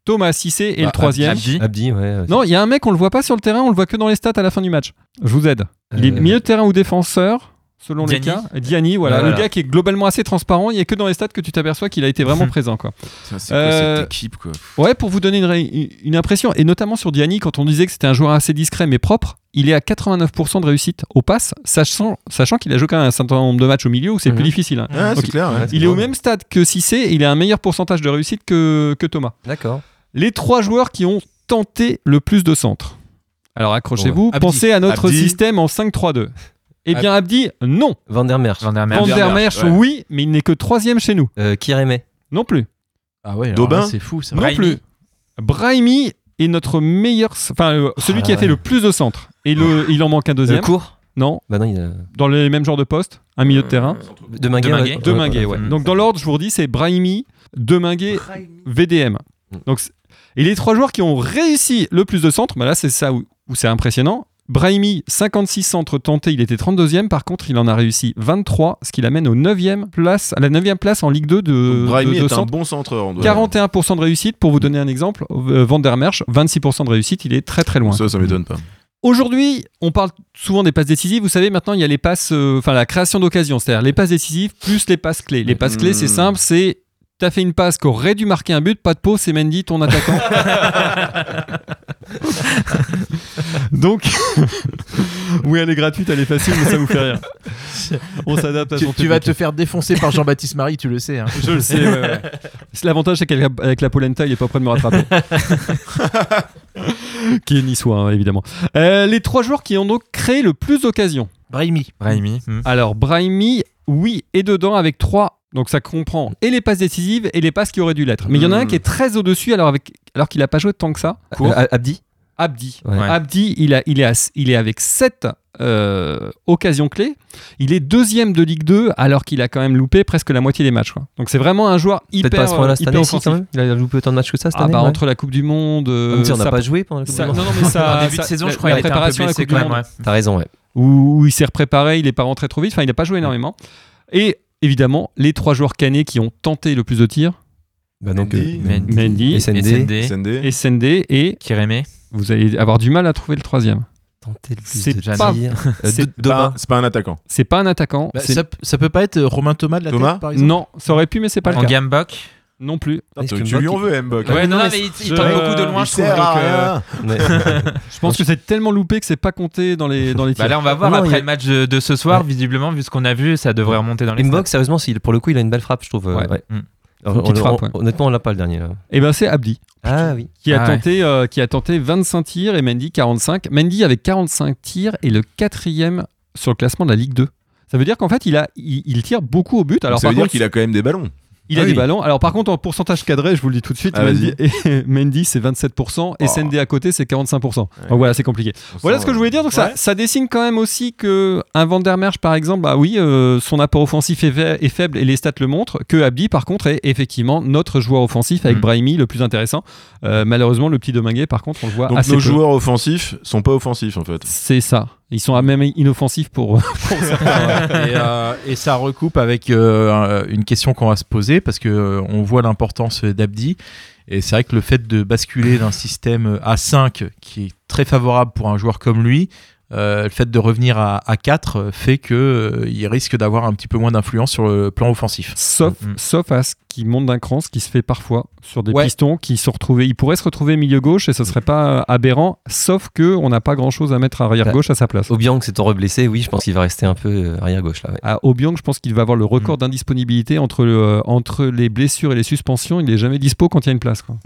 Thomas Cissé et
Bah,
le troisième.
Abdi.
Abdi, ouais. euh,
Non, il y a un mec, on le voit pas sur le terrain, on le voit que dans les stats à la fin du match. Je vous aide. Il est
Euh,
milieu de terrain ou défenseur, selon
Diani.
les cas. Diani, voilà.
Voilà.
Le gars qui est globalement assez transparent, il y a que dans les stats que tu t'aperçois qu'il a été vraiment présent. Quoi.
Putain, C'est quoi
Euh,
cette équipe, quoi
Ouais, pour vous donner une, ré- une impression, et notamment sur Diani, quand on disait que c'était un joueur assez discret mais propre, il est à 89% de réussite au pass, sachant, sachant qu'il a joué quand même un certain nombre de matchs au milieu où c'est
Mhm.
plus difficile. hein.
Ah, c'est
ok.
clair, ouais.
ouais, c'est
Il est au
drôle.
même stade que Cissé, et il a un meilleur pourcentage de réussite que, que Thomas.
D'accord.
Les trois joueurs qui ont tenté le plus de centres. Alors accrochez-vous,
Abdi.
pensez à notre
Abdi.
système en 5-3-2. Eh bien Abdi, non.
Van der Merch.
Van der
Van
Merch.
der Merch,
ouais.
oui, mais il n'est que troisième chez nous.
Euh, Kiremé.
Non plus.
Ah ouais,
alors Daubin là,
c'est fou ça.
Non
Brahimi.
plus. Brahimi est notre meilleur. Enfin, euh, celui
Ah,
qui a fait
ouais.
le plus de centres. Et le, il en manque un
Le
deuxième.
cours
non,
Bah non, il a.
dans les mêmes genres de postes. Un milieu de terrain.
Deminguet.
Deminguet.
ouais.
Deminguet, ouais.
Mm.
Donc, dans l'ordre, je vous redis, c'est Brahimi, Deminguet, VDM.
Mm.
Donc, c'est- et les trois joueurs qui ont réussi le plus de centres, bah là, c'est ça où, où c'est impressionnant. Brahimi, 56 centres tentés, il était 32e. Par contre, il en a réussi 23, ce qui l'amène au 9e place, à la 9e place en Ligue 2 de,
Donc, Brahimi
de- de
est un
centres.
bon centreur. on doit-
41% de réussite, pour vous donner un exemple, euh, Van der Merch, 26% de réussite, il est très très loin.
Ça, ça m'étonne pas.
Aujourd'hui, on parle souvent des passes décisives, vous savez, maintenant il y a les passes, euh, enfin la création d'occasion, c'est-à-dire les passes décisives plus les passes clés. Les passes clés, c'est
Mmh.
simple, c'est t'as fait une passe qui aurait dû marquer un but, pas de peau, c'est Mendy, ton attaquant. Donc, <laughs> oui, elle est gratuite, elle est facile, mais ça vous fait rien. On s'adapte à
Tu,
son
tu vas
public.
te faire défoncer par Jean-Baptiste Marie, tu le sais. hein.
Je le sais, ouais, ouais. C'est <laughs> L'avantage, c'est qu'avec avec la polenta, il est pas prêt de me <laughs> rattraper. qui est niçois, hein, évidemment. Euh, les trois joueurs qui ont donc créé le plus d'occasions.
Brahimi.
Brahimi. Mm.
Alors, Brahimi, oui, est dedans avec trois. Donc, ça comprend et les passes décisives et les passes qui auraient dû l'être. Mais il y en a un
Hmm.
qui est très au-dessus, alors, avec- alors qu'il a pas joué tant que ça.
Euh, Ab- Abdi.
Abdi.
Ouais.
Abdi, il, a, il, est, à- il est avec 7 occasions clés. Il est deuxième de Ligue 2 alors qu'il a quand même loupé presque la moitié des matchs. quoi. Donc c'est vraiment un joueur hyper,
Peut-être pas à ce point-là cette
hyper
année, si,
offensif.
quand même. Il a loupé autant de matchs que ça cette
Ah
année.
bah
ouais.
entre la Coupe du Monde, euh,
Même si on n'a
ça-
pas joué pendant le
ça-
Coupe du
non
Monde.
non mais
<laughs>
ça,
en début
ça-
de saison,
la-
je crois,
la
il était un peu
préparation à la
blessé
Coupe du
quand même.
Monde,
ouais.
T'as raison, ouais.
où, où il s'est préparé, il est pas rentré trop vite, enfin il a pas joué énormément. Et évidemment les trois joueurs canés qui ont tenté le plus de tirs,
Bah donc. euh, Mendy.
Mendy.
Mendy,
SND.
SND.
SND.
SND et
Kérémé.
vous allez avoir du mal à trouver le troisième.
Tenter le plus
C'est
de
pas-
tirs. Euh,
c'est
Do-
Pas un-
Daubin.
C'est pas un attaquant.
C'est pas un attaquant.
Bah,
c'est-
ça, ça peut pas être euh, Romain Thomas de la
Thomas
tête, par exemple
Non, ça aurait pu mais c'est pas le cas.
En Gambok.
Non plus.
Est-ce
Donc,
que
tu lui en
Mbok-
veux, Mbok.
Ouais,
mais
non,
non,
non,
mais
mais il
je-
il tente beaucoup de loin,
Il
je trouve.
sert à
donc, euh,
rien.
<laughs> <laughs> Mais-
Je pense que c'est tellement loupé que c'est pas compté dans les, dans les tirs.
Bah là, on va voir
Non,
après
il y a-
le match de, de ce soir. Visiblement, vu ce qu'on a vu, ça devrait remonter dans les.
Mbok, sérieusement, s'il- pour le coup, il a une belle frappe, je trouve. euh,
Ouais.
ouais.
Mm.
On-
Petite
on-
frappe, ouais.
Honnêtement, on l'a pas le dernier. euh. Là.
Et ben c'est Abdi
Ah oui.
qui a
Ah ouais.
tenté euh, qui a tenté 25 tirs et Mendy 45. Mendy avec 45 tirs et le quatrième sur le classement de la Ligue 2. Ça veut dire qu'en fait il a il, il tire beaucoup au but. Alors
ça
par
veut dire
contre
qu'il a quand même des ballons.
il a
Ah
des
oui.
ballons. Alors par contre en pourcentage cadré, je vous le dis tout de suite,
Ah,
Mendy, et- Mendy, <laughs> c'est 27% et
Oh.
Sendé à côté c'est 45%.
Ouais.
Donc voilà c'est compliqué. Voilà ce que je voulais dire. Donc ça,
Ouais.
ça dessine quand même aussi que un Van der Merch, par exemple, bah oui, euh, son apport offensif est, fa- est faible et les stats le montrent. Que Abdi, par contre, est effectivement notre joueur offensif avec
Mm.
Brahimi le plus intéressant. Euh, malheureusement, le petit Dominguez, par contre, on le voit
Donc
assez
nos
Ah, peu.
joueurs offensifs sont pas offensifs en fait.
C'est ça. Ils sont à même inoffensifs pour. pour ça.
et, euh, et ça recoupe avec euh, un- une question qu'on va se poser parce que euh, on voit l'importance d'Abdi. Et c'est vrai que le fait de basculer d'un système à 5 qui est très favorable pour un joueur comme lui, euh, le fait de revenir à, à 4 fait que euh, il risque d'avoir un petit peu moins d'influence sur le plan offensif.
<laughs> sauf,
Mm.
sauf à ce qui monte d'un cran, ce qui se fait parfois sur des
Ouais.
pistons qui sont retrouvés. Ils pourraient se retrouver milieu gauche et ce serait pas euh, aberrant. Sauf que on n'a pas grand chose à mettre arrière gauche à sa place.
Obiang s'étant reblessé, oui, je pense qu'il va rester un peu euh, arrière-gauche là. ouais.
à Obiang, je pense qu'il va avoir le record d'indisponibilité entre, le- euh, entre les blessures et les suspensions. Il n'est jamais dispo quand il y a une place. quoi.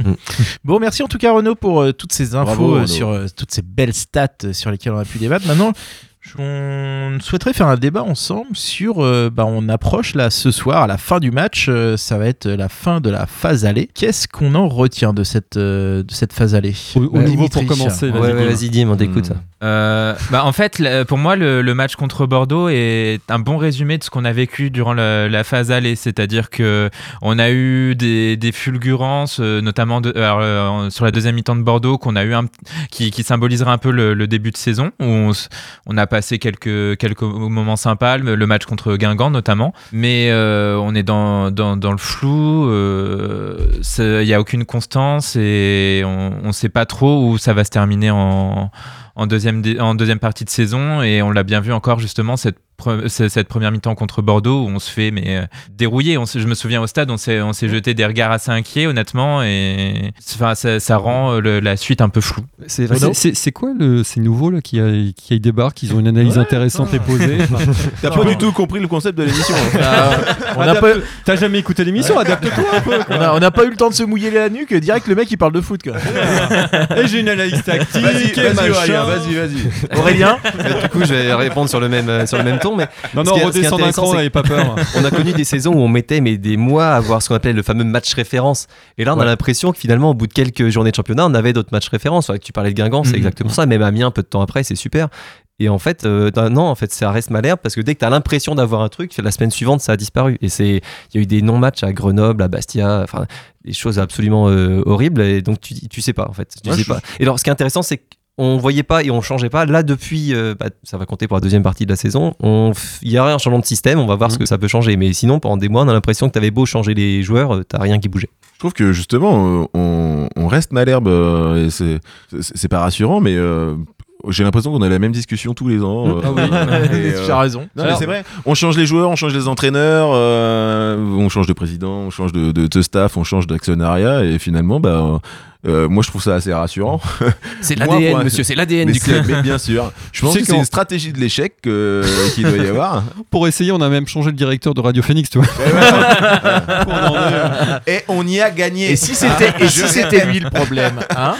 Bon, merci en tout cas Renaud pour euh, toutes ces infos
Bravo,
euh,
Renaud.
sur euh, toutes ces belles stats euh, sur lesquelles on a pu débattre. Maintenant, je- on souhaiterait faire un débat ensemble sur. euh, bah, on approche là ce soir à la fin du match. euh, ça va être la fin de la phase aller. Qu'est-ce qu'on en retient de cette euh, de cette phase aller
Au, au
Ouais,
niveau
Dimitri.
pour commencer,
Ouais,
vas-y,
ouais,
Guillaume.
vas-y, Dim, on t'écoute.
Hmm.
Euh, bah en fait, le- pour moi, le, le match contre Bordeaux est un bon résumé de ce qu'on a vécu durant la, la phase aller, c'est-à-dire que on a eu des, des fulgurances, euh, notamment de- alors, euh, sur la deuxième mi-temps de Bordeaux, qu'on a eu un, qui, qui symbolisera un peu le, le début de saison où on, s- on a passé quelques quelques moments sympas, le, le match contre Guingamp notamment, mais euh, on est dans dans, dans le flou, euh, c'est- il n'y a aucune constance et on ne sait pas trop où ça va se terminer en en deuxième, dé- en deuxième partie de saison et on l'a bien vu encore justement cette, pre- ce- cette première mi-temps contre Bordeaux où on se fait mais euh, dérouiller. On s'est- je me souviens au stade, on s'est on s'est jeté des regards assez inquiets honnêtement et enfin, ça, ça rend euh, le- la suite un peu floue.
C'est
Bah, c'est- C'est c'est quoi le, ces nouveaux là, qui, a- qui débarquent Ils ont une analyse intéressante et <laughs> posée.
T'as pas du
<laughs>
tout compris le concept de l'émission. hein.
Ah,
On n'a pas,
T'as jamais écouté l'émission Adapte-toi un peu.
on a- on n'a pas eu le temps de se mouiller la nuque. Direct, le mec il parle de foot. quoi.
Et j'ai une analyse tactique.
Vas-y,
et
vas-y, Aurélien,
machin.
vas-y,
<laughs>
vas-y.
Aurélien,
du coup, je vais répondre sur le même, euh, sur le même ton, mais
Non,
Ce
non,
qui est- ce qui est
redescends d'un
intéressant,
cran,
c'est-
n'avez pas peur.
on a connu des saisons où on mettait mais des mois à voir ce qu'on appelait le fameux match référence. Et là, on a
Ouais.
l'impression que finalement, au bout de quelques journées de championnat, on avait d'autres matchs références. Ouais, que tu parlais de Guingamp, c'est
Mhm.
exactement ça. Même Amiens, un peu de temps après, c'est super. Et en fait, euh, t'as- non, en fait, ça reste malherbe parce que dès que tu as l'impression d'avoir un truc, la semaine suivante, ça a disparu. Et c'est, il y a eu des non-matchs à Grenoble, à Bastia, enfin, des choses absolument euh, horribles. Et donc, tu, tu sais pas, en fait. Tu
Ouais,
sais
je-
pas. Et alors, ce qui est intéressant, c'est que on voyait pas et on changeait pas. Là, depuis, euh, bah, ça va compter pour la deuxième partie de la saison. On f- Il y a un changement de système, on va voir ce que ça peut changer. Mais sinon, pendant des mois, on a l'impression que t'avais beau changer les joueurs, euh, t'as rien qui bougeait.
Je trouve que justement, euh, on, on reste malherbe. euh, et c'est- c'est c'est pas rassurant, mais euh, j'ai l'impression qu'on a la même discussion tous les ans.
Ah
euh,
Ah <laughs>
et, euh,
tu as raison.
non, mais c'est vrai. On change les joueurs, on change les entraîneurs, euh, on change de président, on change de, de- de staff, on change d'actionnariat, et finalement, bah, euh, moi, je trouve ça assez rassurant.
C'est
Moi, l'ADN, moi, monsieur,
c'est l'ADN
Mais, c'est- mais bien sûr, je pense
Tu sais
que c'est
qu'on-
une stratégie de l'échec que- qu'il doit y <laughs> avoir.
<laughs> Pour essayer, on a même changé le directeur de Radio Phoenix, <laughs> tu vois. <laughs>
Et on y a gagné.
Et si c'était, et
Je
si c'était lui le problème, hein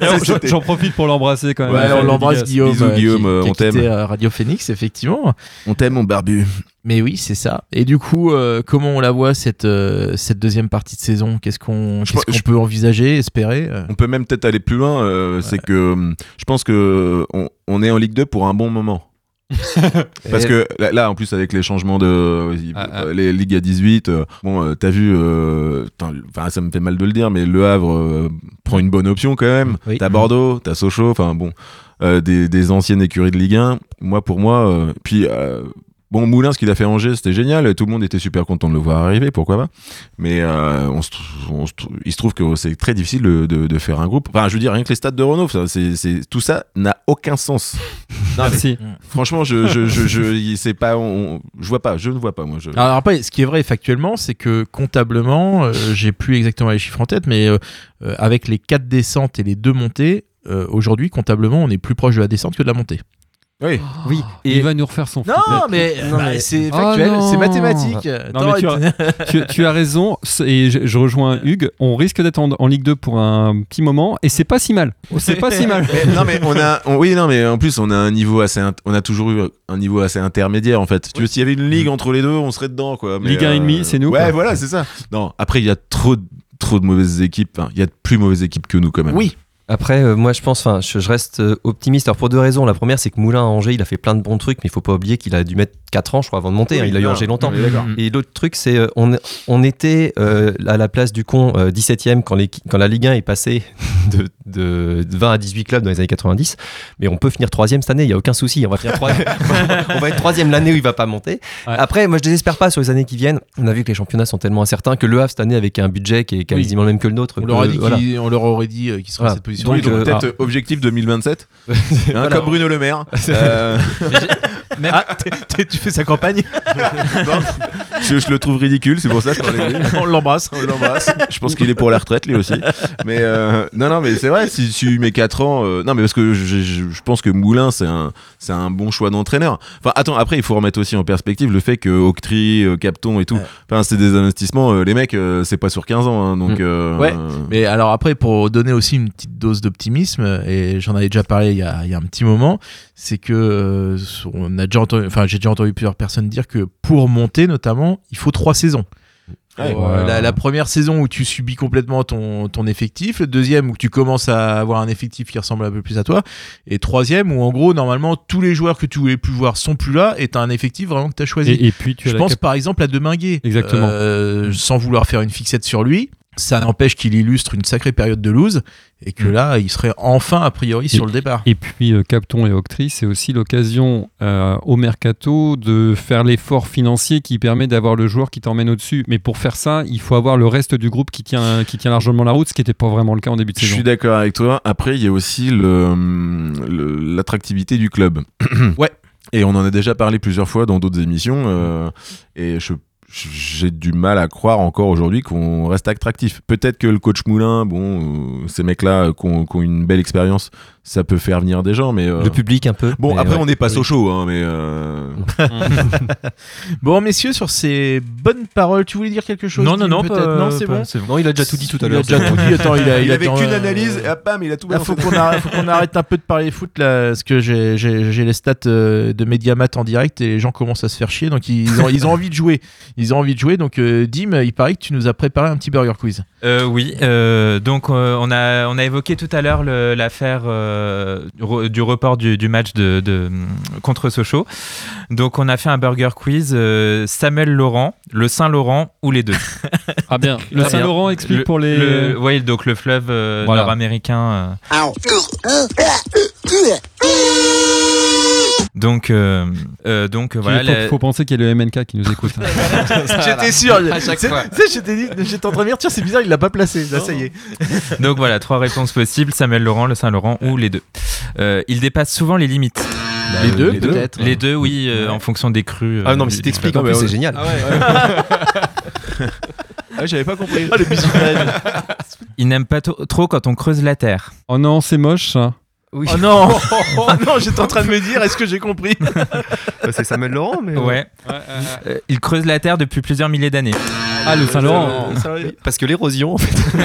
J'en- J'en profite pour l'embrasser quand même.
Ouais, on l'embrasse Guillaume.
Bisous,
euh, qui-
Guillaume,
qui a
euh, on
quitté,
t'aime.
euh, Radio Phoenix, effectivement.
On t'aime, mon barbu.
Mais oui, c'est ça. Et du coup, euh, comment on la voit cette, euh, cette deuxième partie de saison Qu'est-ce qu'on qu'est-ce
Je pense-
qu'on
je-
peut envisager, espérer euh
On peut même peut-être aller plus loin. euh, C'est que hum, je pense que on, on est en Ligue 2 pour un bon
<laughs>
moment. Parce que là, là, en plus, avec les changements de euh,
Ah, ah.
les ligues à 18, euh, bon, euh, t'as vu, euh, putain, enfin, ça me fait mal de le dire, mais Le Havre euh, prend une bonne option quand même.
Oui.
T'as Bordeaux, t'as Sochaux, enfin bon, euh, des, des anciennes écuries de Ligue 1. Moi, pour moi, euh, puis euh, Bon, Moulin, ce qu'il a fait à Angers, c'était génial. Tout le monde était super content de le voir arriver, pourquoi pas. Mais euh, on se trou- on se trou- il se trouve que c'est très difficile de, de- de faire un groupe. Enfin, je veux dire, rien que les stades de Renault, ça, c'est- c'est- tout ça n'a aucun sens. Non, mais
Merci.
franchement, je, je, je, je, il- c'est pas, on- je vois pas, je ne vois pas, moi. Je...
Alors après, ce qui est vrai factuellement, c'est que comptablement, euh, j'ai plus exactement les chiffres en tête, mais euh, euh, avec les quatre descentes et les deux montées, euh, aujourd'hui, comptablement, on est plus proche de la descente que de la montée.
Oui.
Oui, et-
Mm. Oh. Il va nous refaire
<laughs>
son
Non, mais, bah,
Non, mais-
c'est
Oh
factuel,
non.
c'est mathématique.
Non, mais tu as- tu, tu as raison, c'est- et je, je rejoins Hugues, on risque d'être en, en Ligue 2 pour un petit moment, et c'est pas si mal. C'est pas si mal.
Mais- non mais on a on- oui non mais en plus on a un niveau assez int- on a toujours eu un niveau assez intermédiaire en fait. Tu veux s'il y avait une ligue entre les deux, on serait dedans quoi. Mais, euh,
Ligue un et demi, c'est nous,
Ouais,
quoi.
voilà, c'est ça. Non, après il y a trop de- trop de mauvaises équipes, Enfin, il y a de plus mauvaises équipes que nous quand même.
<laughs> Oui,
Après, euh, moi, je pense, enfin, je, je reste euh, optimiste. Alors, pour deux raisons. La première, c'est que Moulin à Angers, il a fait plein de bons trucs, mais il faut pas oublier qu'il a dû mettre 4 ans, je crois, avant de monter. hein.
Oui,
il a eu
non,
Angers longtemps.
on est d'accord.
Et l'autre truc, c'est euh, on, on était euh, à la place du con euh, 17e quand, les- quand la Ligue 1 est passée <laughs> de, de 20 à 18 clubs dans les années 90. Mais on peut finir troisième cette année, il n'y a aucun souci. On va, finir
<laughs>
troisième. on va être troisième l'année où il va pas monter.
Ouais.
Après, moi, je désespère pas sur les années qui viennent. On a vu que les championnats sont tellement incertains que le Havre cette année, avec un budget qui est quasiment le même que le nôtre,
on leur, a
euh,
dit
voilà.
qu'il- on leur aurait dit euh, qu'ils seraient
Voilà.
à cette position.
Donc,
Donc, euh,
peut-être
ah.
euh,
<laughs>
objectif 2027, Hein,
Voilà.
comme Bruno Le Maire. Euh,
Ah, t'es- t'es- tu fais sa campagne,
non, je, je le trouve ridicule, c'est pour ça que je parlais de lui.
on l'embrasse.
On l'embrasse. Je pense qu'il est pour la retraite lui aussi. Mais euh, non, non, mais c'est vrai. Si tu mets 4 ans, euh, non, mais parce que je, je- je pense que Moulin c'est un c'est un bon choix d'entraîneur. Enfin, attends, après il faut remettre aussi en perspective le fait que Octri, euh, Capton et tout.
Ouais.
Enfin, c'est des investissements. euh, les mecs, euh, c'est pas sur 15 ans, hein, donc.
Mm.
euh,
Mmh. Ouais.
euh,
Mais alors après, pour donner aussi une petite dose d'optimisme, et j'en avais déjà parlé il y a, il y a un petit moment, c'est que euh, on a déjà entendu, enfin j'ai déjà entendu plusieurs personnes dire que pour monter notamment, il faut trois saisons.
Ouais.
Pour, euh, la, la première saison où tu subis complètement ton, ton effectif, le deuxième où tu commences à avoir un effectif qui ressemble un peu plus à toi, et troisième où en gros normalement tous les joueurs que tu voulais plus voir sont plus là et t'as un effectif vraiment que t'as
<laughs>
choisi.
Et, et puis tu as
Je
la
pense
cap-
par exemple à Deminguet.
Exactement.
Euh, sans vouloir faire une fixette sur lui, ça n'empêche qu'il illustre une sacrée période de lose et que là, il serait enfin a priori sur le départ.
Et puis euh, Capton et Octri, c'est aussi l'occasion euh, au mercato de faire l'effort financier qui permet d'avoir le joueur qui t'emmène au-dessus. Mais pour faire ça, il faut avoir le reste du groupe qui tient, qui tient largement la route, ce qui n'était pas vraiment le cas en début de
Je
saison.
suis d'accord avec toi. Après, il y a aussi le, le- l'attractivité du <clears throat> club.
Ouais.
Et on en a déjà parlé plusieurs fois dans d'autres émissions. euh, et je- j'ai du mal à croire encore aujourd'hui qu'on reste attractif. Peut-être que le coach Moulin, bon, euh, ces mecs-là euh, qui ont, qui ont une belle expérience, ça peut faire venir des gens, mais. euh,
le public un peu.
Bon,
Mais
après,
ouais.
on n'est pas
Oui.
Sochaux, hein, mais. euh,
Bon, messieurs, sur ces bonnes paroles, tu voulais dire quelque chose
Non, non,
Guillaume,
non,
peut-être
pas-
Non, c'est
pas-
bon.
c'est
Non, il a déjà tout dit tout à
Il a
l'heure.
déjà tout dit. Attends, il a,
il,
a
avait
attend,
qu'une
euh,
analyse, et ah, pam, il a tout
Là,
balancé.
faut qu'on
<laughs>
arrête, faut qu'on arrête un peu de parler foot là, parce que j'ai- j'ai j'ai les stats euh, de Mediamat en direct et les gens commencent à se faire chier, donc ils ont, <laughs> ils ont envie de jouer. Ils ont envie de jouer, donc euh, Dim, il paraît que tu nous as préparé un petit burger quiz.
Euh, oui, euh, donc euh, on, a, on a évoqué tout à l'heure le- l'affaire euh, re- du report du, du match de, de- contre Sochaux. Donc on a fait un burger quiz euh, Samuel Laurent, le Saint-Laurent ou les deux.
Ah bien, le
Très
Saint-Laurent explique
Le-
pour les...
le- ouais, donc le fleuve euh,
Voilà.
nord-américain. euh. Donc, euh, euh, donc euh,
Il
voilà.
faut,
la-
faut penser qu'il y a le MNK qui nous écoute. hein.
J'étais sûr.
À chaque
C'est-
fois.
c'est- J'étais dit- j'étais en train de dire, tiens, c'est bizarre, il l'a pas placé. Là, ça y est.
Donc voilà, trois réponses possibles Samuel Laurent, le Saint-Laurent ou les deux. Euh, il dépasse souvent les limites.
Les
euh,
deux,
les deux.
peut-être.
Les deux, oui, euh, en fonction des crues. euh,
Ah non, mais
du-
si t'expliques, en plus, c'est génial.
Ah, j'avais pas compris.
Ah, le bisou de
hein.
Il n'aime pas to- trop quand on creuse la terre.
oh non, c'est moche ça.
Oui.
<laughs> Oh non Ah non, j'étais en train de me dire, est-ce que j'ai compris
<laughs> c'est Samuel Laurent, mais.
Ouais. Euh, il creuse la terre depuis plusieurs milliers d'années.
Ah, le Saint-Laurent.
euh, Parce que l'érosion, en fait.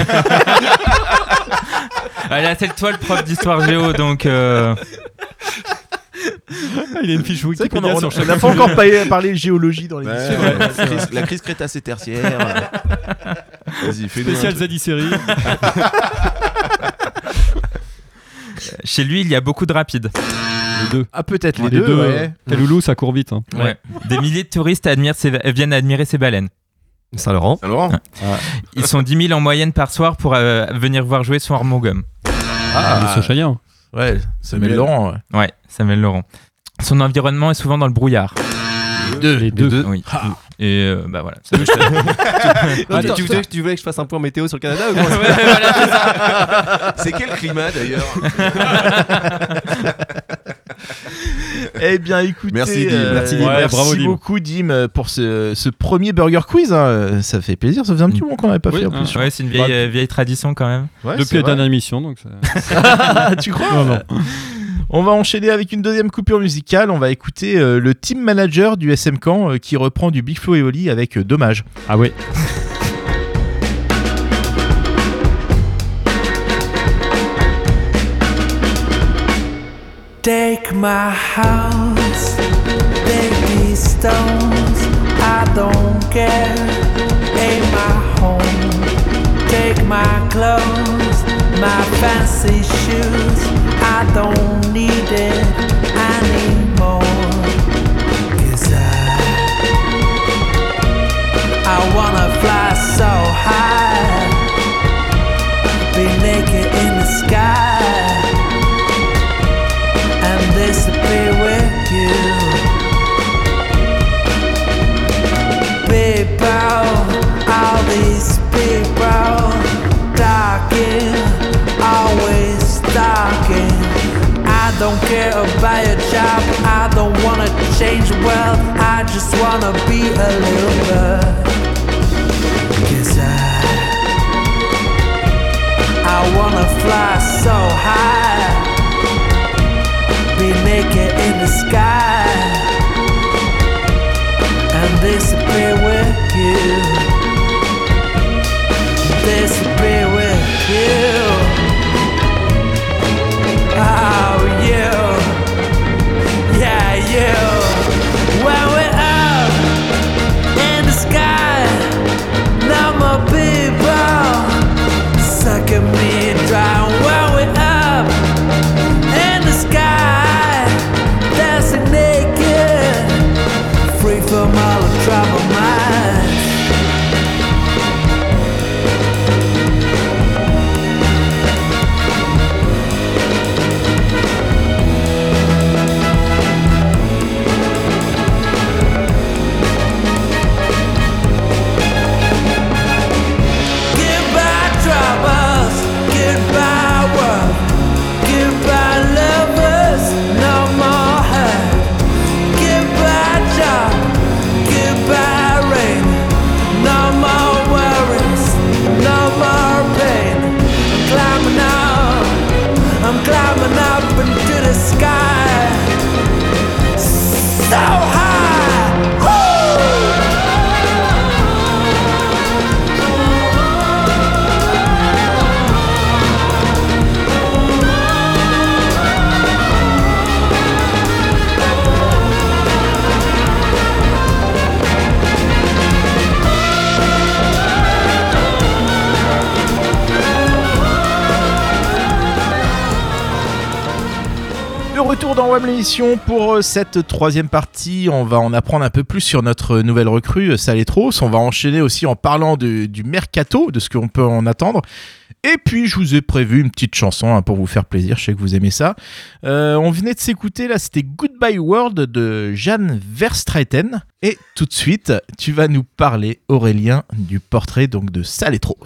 Ah, là, c'est toi le prof d'histoire géo, donc. euh,
<laughs> Il a une fiche
C'est vrai qu'on en- on n'a pas encore pa- parlé géologie dans l'émission.
la crise crétacée tertiaire. Vas-y, fais-nous. un
Spécial
truc.
Zadisserie.
Chez lui, il y a beaucoup de rapides.
Les deux.
Ah, peut-être les,
Les
deux,
deux,
ouais.
ouais. Kaloulou, ça court vite. hein.
Ouais. Des milliers de touristes admirent ses- viennent admirer ses baleines.
Saint-Laurent.
Saint-Laurent
Ils sont 10 000 en moyenne par soir pour euh, venir voir jouer son Montgum.
Ah, le Sochayen.
Ouais, Samuel
Samuel.
Laurent, ouais.
Ouais, Samuel Laurent. Son environnement est souvent dans le brouillard.
deux.
Les deux.
Oui.
Ah.
Et euh, bah voilà. Ça,
<laughs>
je-
Non, tu,
Attends,
Ah, tu voulais, tu voulais que je fasse un point météo sur le Canada ou
Ouais,
quoi <laughs>
voilà, c'est ça.
C'est quel climat d'ailleurs
Eh bien, écoutez,
Merci, Dim.
merci,
Merci,
Dim. Ouais, bravo, Dim.
beaucoup, Dim, euh, pour ce, ce premier Burger Quiz. hein. Euh, Ça fait plaisir. Ça faisait un petit moment qu'on n'avait pas
Oui, hein.
fait en plus.
Ouais, c'est une vieille, euh, vieille tradition quand même.
Ouais, c'est
Depuis la
vrai.
dernière émission, donc ça-
Ah, tu crois On va enchaîner avec une deuxième coupure musicale. On va écouter euh, le team manager du SM Camp euh, qui reprend du Big Flo et Oli avec euh, Dommage.
Ah ouais.
Take my house, take these stones. I don't care. Ain't my home. Take my clothes, my fancy shoes. I don't need it anymore. 'Cause I, I wanna fly so high, be naked in the sky and disappear with you. People, all these people, talking, always talking. I don't care about your job, I don't wanna change world, I just wanna be a little bird. 'Cause I, I wanna fly so high be naked in the sky and disappear with you. Disappear with you. Oh, you. Yeah, you. When we're up in the sky, no more people sucking me dry. When we're up in the sky, dancing naked, free from all the trouble minds. Goodbye troubles, goodbye world, goodbye lovers, no more hurt. Goodbye job, goodbye rain, no more worries, no more pain. Climbing up, I'm climbing up into the sky, so high. Woo!
De retour dans WAM l'émission pour euh, cette troisième partie. On va en apprendre un peu plus sur notre nouvelle recrue, euh, Saletros. On va enchaîner aussi en parlant du- du mercato, de ce qu'on peut en attendre. Et puis, je vous ai prévu une petite chanson hein, pour vous faire plaisir. Je sais que vous aimez ça. Euh, on venait de s'écouter, là, c'était Goodbye World de Jeanne Verstraeten. Et tout de suite, tu vas nous parler, Aurélien, du portrait donc de Saletros.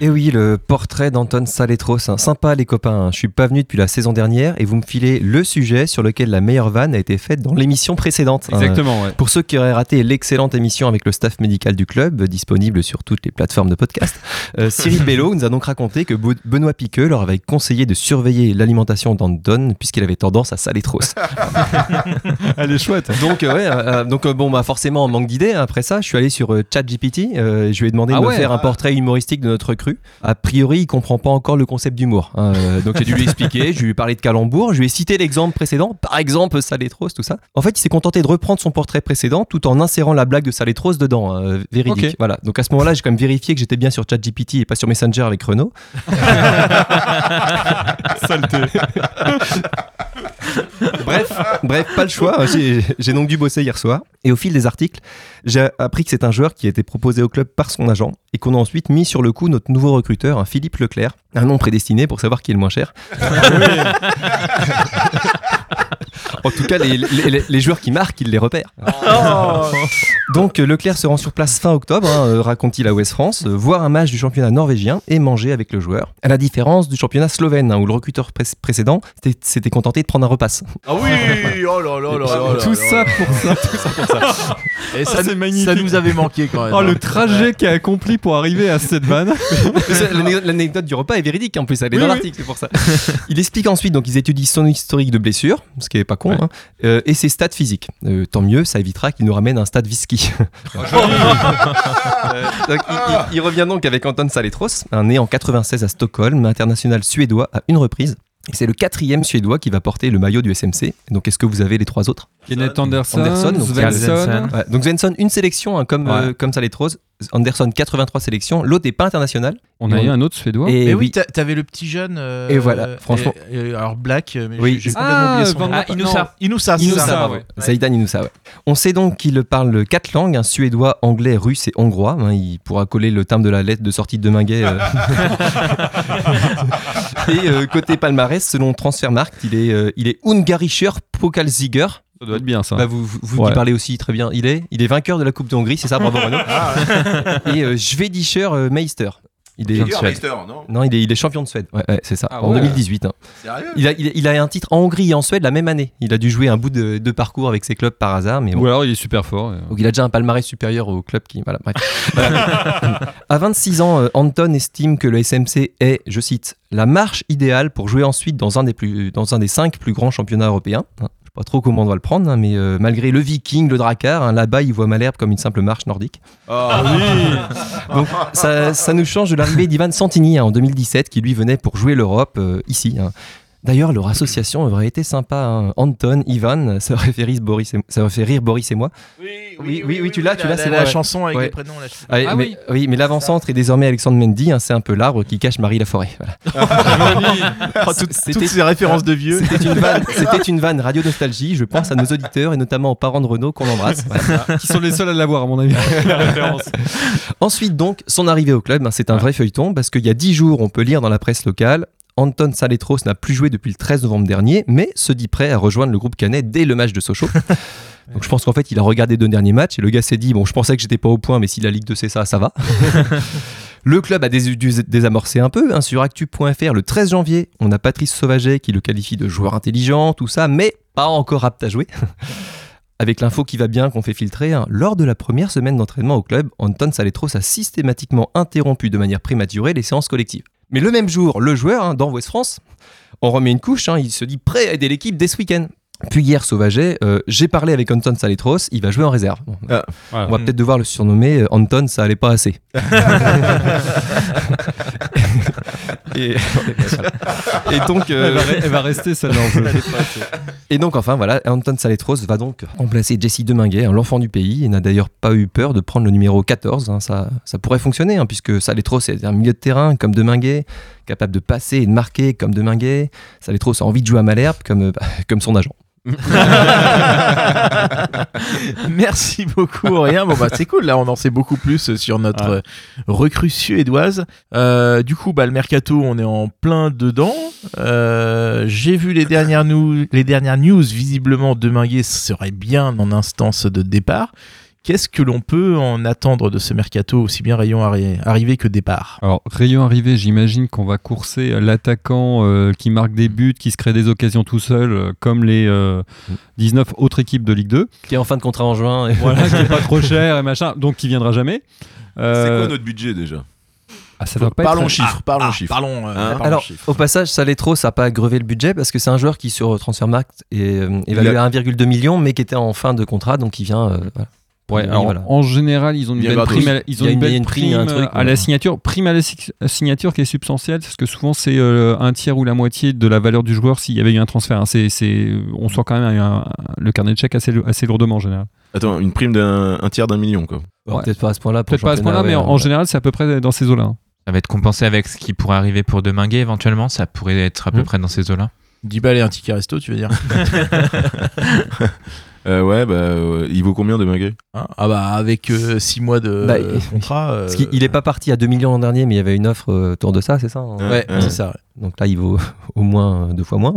Et Eh oui, le portrait d'Anton Saletros. hein. Sympa, les copains. hein. Je suis pas venu depuis la saison dernière et vous me filez le sujet sur lequel la meilleure vanne a été faite dans l'émission précédente. hein.
Exactement, ouais.
Pour ceux qui auraient raté l'excellente émission avec le staff médical du club, euh, disponible sur toutes les plateformes de podcast,
<laughs>
euh, Cyril Bello nous a donc raconté que Bo- Benoît Piqueux leur avait conseillé de surveiller l'alimentation d'Anton puisqu'il avait tendance à saler trop.
<laughs> Elle est chouette.
donc, euh, ouais, euh, euh, donc euh, bon, bah forcément, en manque d'idées, hein, après ça, je suis allé sur euh, ChatGPT, euh, je lui ai demandé
Ah
de
ouais.
me faire un portrait humoristique de notre recrue. A priori, il comprend pas encore le concept d'humour. hein, euh, donc j'ai dû lui expliquer, je lui ai parlé de calembour, je lui ai cité l'exemple précédent, par exemple Salétros, tout ça. En fait, il s'est contenté de reprendre son portrait précédent tout en insérant la blague de Salétros dedans, hein, euh, véridique.
Ok.
Voilà. Donc à ce moment-là, j'ai quand même vérifié que j'étais bien sur ChatGPT et pas sur Messenger avec Renault. bref, bref, pas le choix. J'ai j'ai donc dû bosser hier soir. Et au fil des articles, j'ai appris que c'est un joueur qui a été proposé au club par son agent et qu'on a ensuite mis sur le coup notre nouveau recruteur, un Philippe Leclerc, un nom prédestiné pour savoir qui est le moins cher. En tout cas, les, les- les- les joueurs qui marquent, ils les repèrent. Donc euh, Leclerc se rend sur place fin octobre, hein, euh, raconte-t-il à West France, euh, voir un match du championnat norvégien et manger avec le joueur. À la différence du championnat slovène, hein, où le recruteur pré- précédent s'était- s'était contenté de prendre un repasse.
Ah oui Oh là là là là là
Tout
là
ça
là.
pour ça.
Et ça,
Ah, c'est
nous-
magnifique.
ça nous avait manqué quand même.
Oh, le trajet qu'a accompli pour arriver à cette vanne.
L'ane- L'anecdote du repas est véridique en plus, elle est dans
Oui, oui.
l'article, c'est pour ça. <laughs> Il explique ensuite, donc ils étudient son historique de blessure, ce qui est pas con, hein, euh, et ses stats physiques. Euh, tant mieux, ça évitera qu'il nous ramène un stade <laughs> whisky.
Ah,
Euh, donc, il, il- il revient donc avec Anton Saletros, un né en 96 à Stockholm, international suédois à une reprise. Et c'est le quatrième suédois qui va porter le maillot du SMC. Donc est-ce que vous avez les trois autres
<laughs> Kenneth Anderson,
Anderson, donc,
Hein
Svensson.
Ouais, donc Svensson, une sélection hein, comme,
Ouais.
euh, comme Saletros. Anderson, 83 sélections. L'autre n'est pas international.
On a eu un autre Suédois.
Et
Oh, Mais oui, t'a- t'avais le petit jeune. euh,
Et voilà,
euh,
franchement.
et- et- alors Black, euh, mais
Oui.
j'ai j'ai
Ah,
complètement oublié son
Van-
nom.
Ah, Inoussa.
Non, Inoussa, c'est
Inoussa,
ça.
ouais.
Zaidan Inoussa, ouais. On sait donc qu'il parle quatre langues, un suédois, anglais, russe et hongrois. hein, il pourra coller le timbre de la lettre de sortie de Deminguet.
<laughs>
euh. et euh, côté palmarès, selon Transfermarkt, il est, euh, il est Ungarischer Pokalsieger.
Ça doit être bien ça.
Bah, vous vous, vous
Ouais.
y parlez aussi très bien. Il est, il est vainqueur de la Coupe de Hongrie, c'est ça, bravo Renaud.
Ah,
et euh, Schwedischer euh, Meister. Il est,
Gregor Meister, non
non, il est, il est champion de Suède. Ouais, ouais, c'est ça,
Ah
en
ouais.
2018. hein.
Sérieux
Il a, il, a- il a un titre en Hongrie et en Suède la même année. Il a dû jouer un bout de, de parcours avec ses clubs par hasard, mais bon.
Ou alors il est super <laughs> fort.
Donc il a déjà un palmarès supérieur au club qui. Voilà, bref. Voilà. à 26 ans, euh, Anton estime que le SMC est, je cite, la marche idéale pour jouer ensuite dans un des, plus, dans un des cinq plus grands championnats européens. Hein, Je sais pas trop comment on doit le prendre, hein, mais euh, malgré le Viking, le Drakkar, hein, là-bas, il voit Malherbe comme une simple marche nordique.
Ah
<laughs> Donc ça, ça nous change de l'arrivée d'Ivan Santini hein, en 2017, qui lui venait pour jouer l'Europe euh, ici. hein. D'ailleurs, leur association aurait été sympa. hein. Anton, Ivan, ça aurait fait rire Boris et, ça aurait fait rire Boris et moi.
oui,
oui, oui, tu l'as, tu l'as,
La,
c'est
la
vrai, ouais.
chanson avec
Ouais.
les prénoms. là, je-
Ah,
Ah
mais,
oui.
oui. mais l'avant-centre est désormais Alexandre Mendy, hein, c'est un peu l'arbre qui cache Marie Laforêt. Voilà.
Oh, toutes-
C'était- Ah.
toutes ces références de vieux.
C'était une vanne, c'était une vanne Radio Nostalgie, je pense à nos auditeurs et notamment aux parents de Renault qu'on embrasse. Voilà.
Qui sont les seuls à l'avoir à mon avis.
Ensuite donc, son arrivée au club, hein, c'est un vrai feuilleton parce qu'il y a 10 jours, on peut lire dans la presse locale, Anton Saletros n'a plus joué depuis le 13 novembre dernier, mais se dit prêt à rejoindre le groupe Canet dès le match de Sochaux. Donc je pense qu'en fait, il a regardé les deux derniers matchs et le gars s'est dit bon, je pensais que j'étais pas au point, mais si la Ligue 2 c'est ça, ça va. le club a dés- dû désamorcer un peu hein, sur actu.fr le 13 janvier. On a Patrice Sauvaget qui le qualifie de joueur intelligent, tout ça, mais pas encore apte à jouer. Avec l'info qui va bien qu'on fait filtrer, hein, lors de la première semaine d'entraînement au club, Anton Saletros a systématiquement interrompu de manière prématurée les séances collectives. Mais le même jour, le joueur, hein, dans West France, on remet une couche, hein, il se dit prêt à aider l'équipe dès ce week-end. Puis hier, Sauvaget, euh, j'ai parlé avec Anton Saletros, il va jouer en réserve. Bon,
Ah.
on va peut-être devoir le surnommer euh, Anton, ça allait pas
<laughs>
assez. <laughs>
<laughs>
et, et donc, euh,
Elle, va, elle va rester celle-là en jeu.
et donc enfin voilà, Anton Saletros va donc remplacer Jesse Deminguet, hein, l'enfant du pays, et n'a d'ailleurs pas eu peur de prendre le numéro 14. hein, ça, ça pourrait fonctionner, hein, puisque Saletros est un milieu de terrain comme Deminguet, capable de passer et de marquer comme Deminguet. Saletros a envie de jouer à Malherbe comme, euh, <laughs> bah, comme son agent.
<laughs> Merci beaucoup, Aurélien. Bon, bah, c'est cool. Là, on en sait beaucoup plus euh, sur notre euh, recrue suédoise. Euh, du coup, bah, le mercato, on est en plein dedans. Euh, J'ai vu les dernières, nou- les dernières news. Visiblement, Deminguet serait bien en instance de départ. Qu'est-ce que l'on peut en attendre de ce mercato, aussi bien rayon arri- arrivé que départ
<laughs> Alors, rayon arrivé, j'imagine qu'on va courser l'attaquant euh, qui marque des buts, qui se crée des occasions tout seul, euh, comme les euh, 19 autres équipes de Ligue 2.
Qui est en fin de contrat en juin. <laughs> et-
Voilà, <laughs> qui est pas trop cher et machin, donc qui viendra jamais.
C'est
Euh,
quoi notre budget déjà
ah, ça doit pas
Parlons
être...
chiffres, parlons
ah,
chiffres. Parlons, euh,
Hein
parlons
Alors,
chiffres.
au passage, Saletros ça n'a pas grevé le budget parce que c'est un joueur qui, sur euh, Transfermarkt, est euh, évalué à 1,2 million, mais qui était en fin de contrat, donc il vient. euh, voilà.
Ouais,
Oui,
alors,
voilà.
en général, ils ont une
Il y a
belle
gratos.
prime, à, ils ont
Il y a une- il y
une
a
belle
une prime, il y a un
prime,
truc,
euh, à la
ouais.
signature. Prime à la si- signature qui est substantielle, parce que souvent c'est euh, un tiers ou la moitié de la valeur du joueur s'il y avait eu un transfert. hein. C'est, c'est- on sort quand même un- un- le carnet de chèques assez, lou- assez lourdement en général.
Attends, une prime d'un un tiers d'un million quoi.
Bon,
Ouais.
Peut-être pas à ce point-là. pour
Peut-être pas à ce
championnat,
point-là, mais
ouais,
en, en général, c'est à peu près dans ces eaux-là. hein.
Ça va être compensé avec ce qui pourrait arriver pour Deminguet éventuellement. Ça pourrait être à peu
Mm.
près dans ces eaux-là.
10 balles et un ticket resto, tu veux dire
Euh, ouais, bah euh, il vaut combien de Minguet
Hein Ah, bah, avec 6 mois de
Bah,
euh,
il-
contrat.
<laughs>
euh,
Parce qu'il il est pas parti à 2 millions l'an dernier, mais il y avait une offre euh, autour de ça, c'est ça hein
Ouais,
Ouais.
<laughs>
c'est ça.
Donc là, il vaut au moins euh, deux fois moins.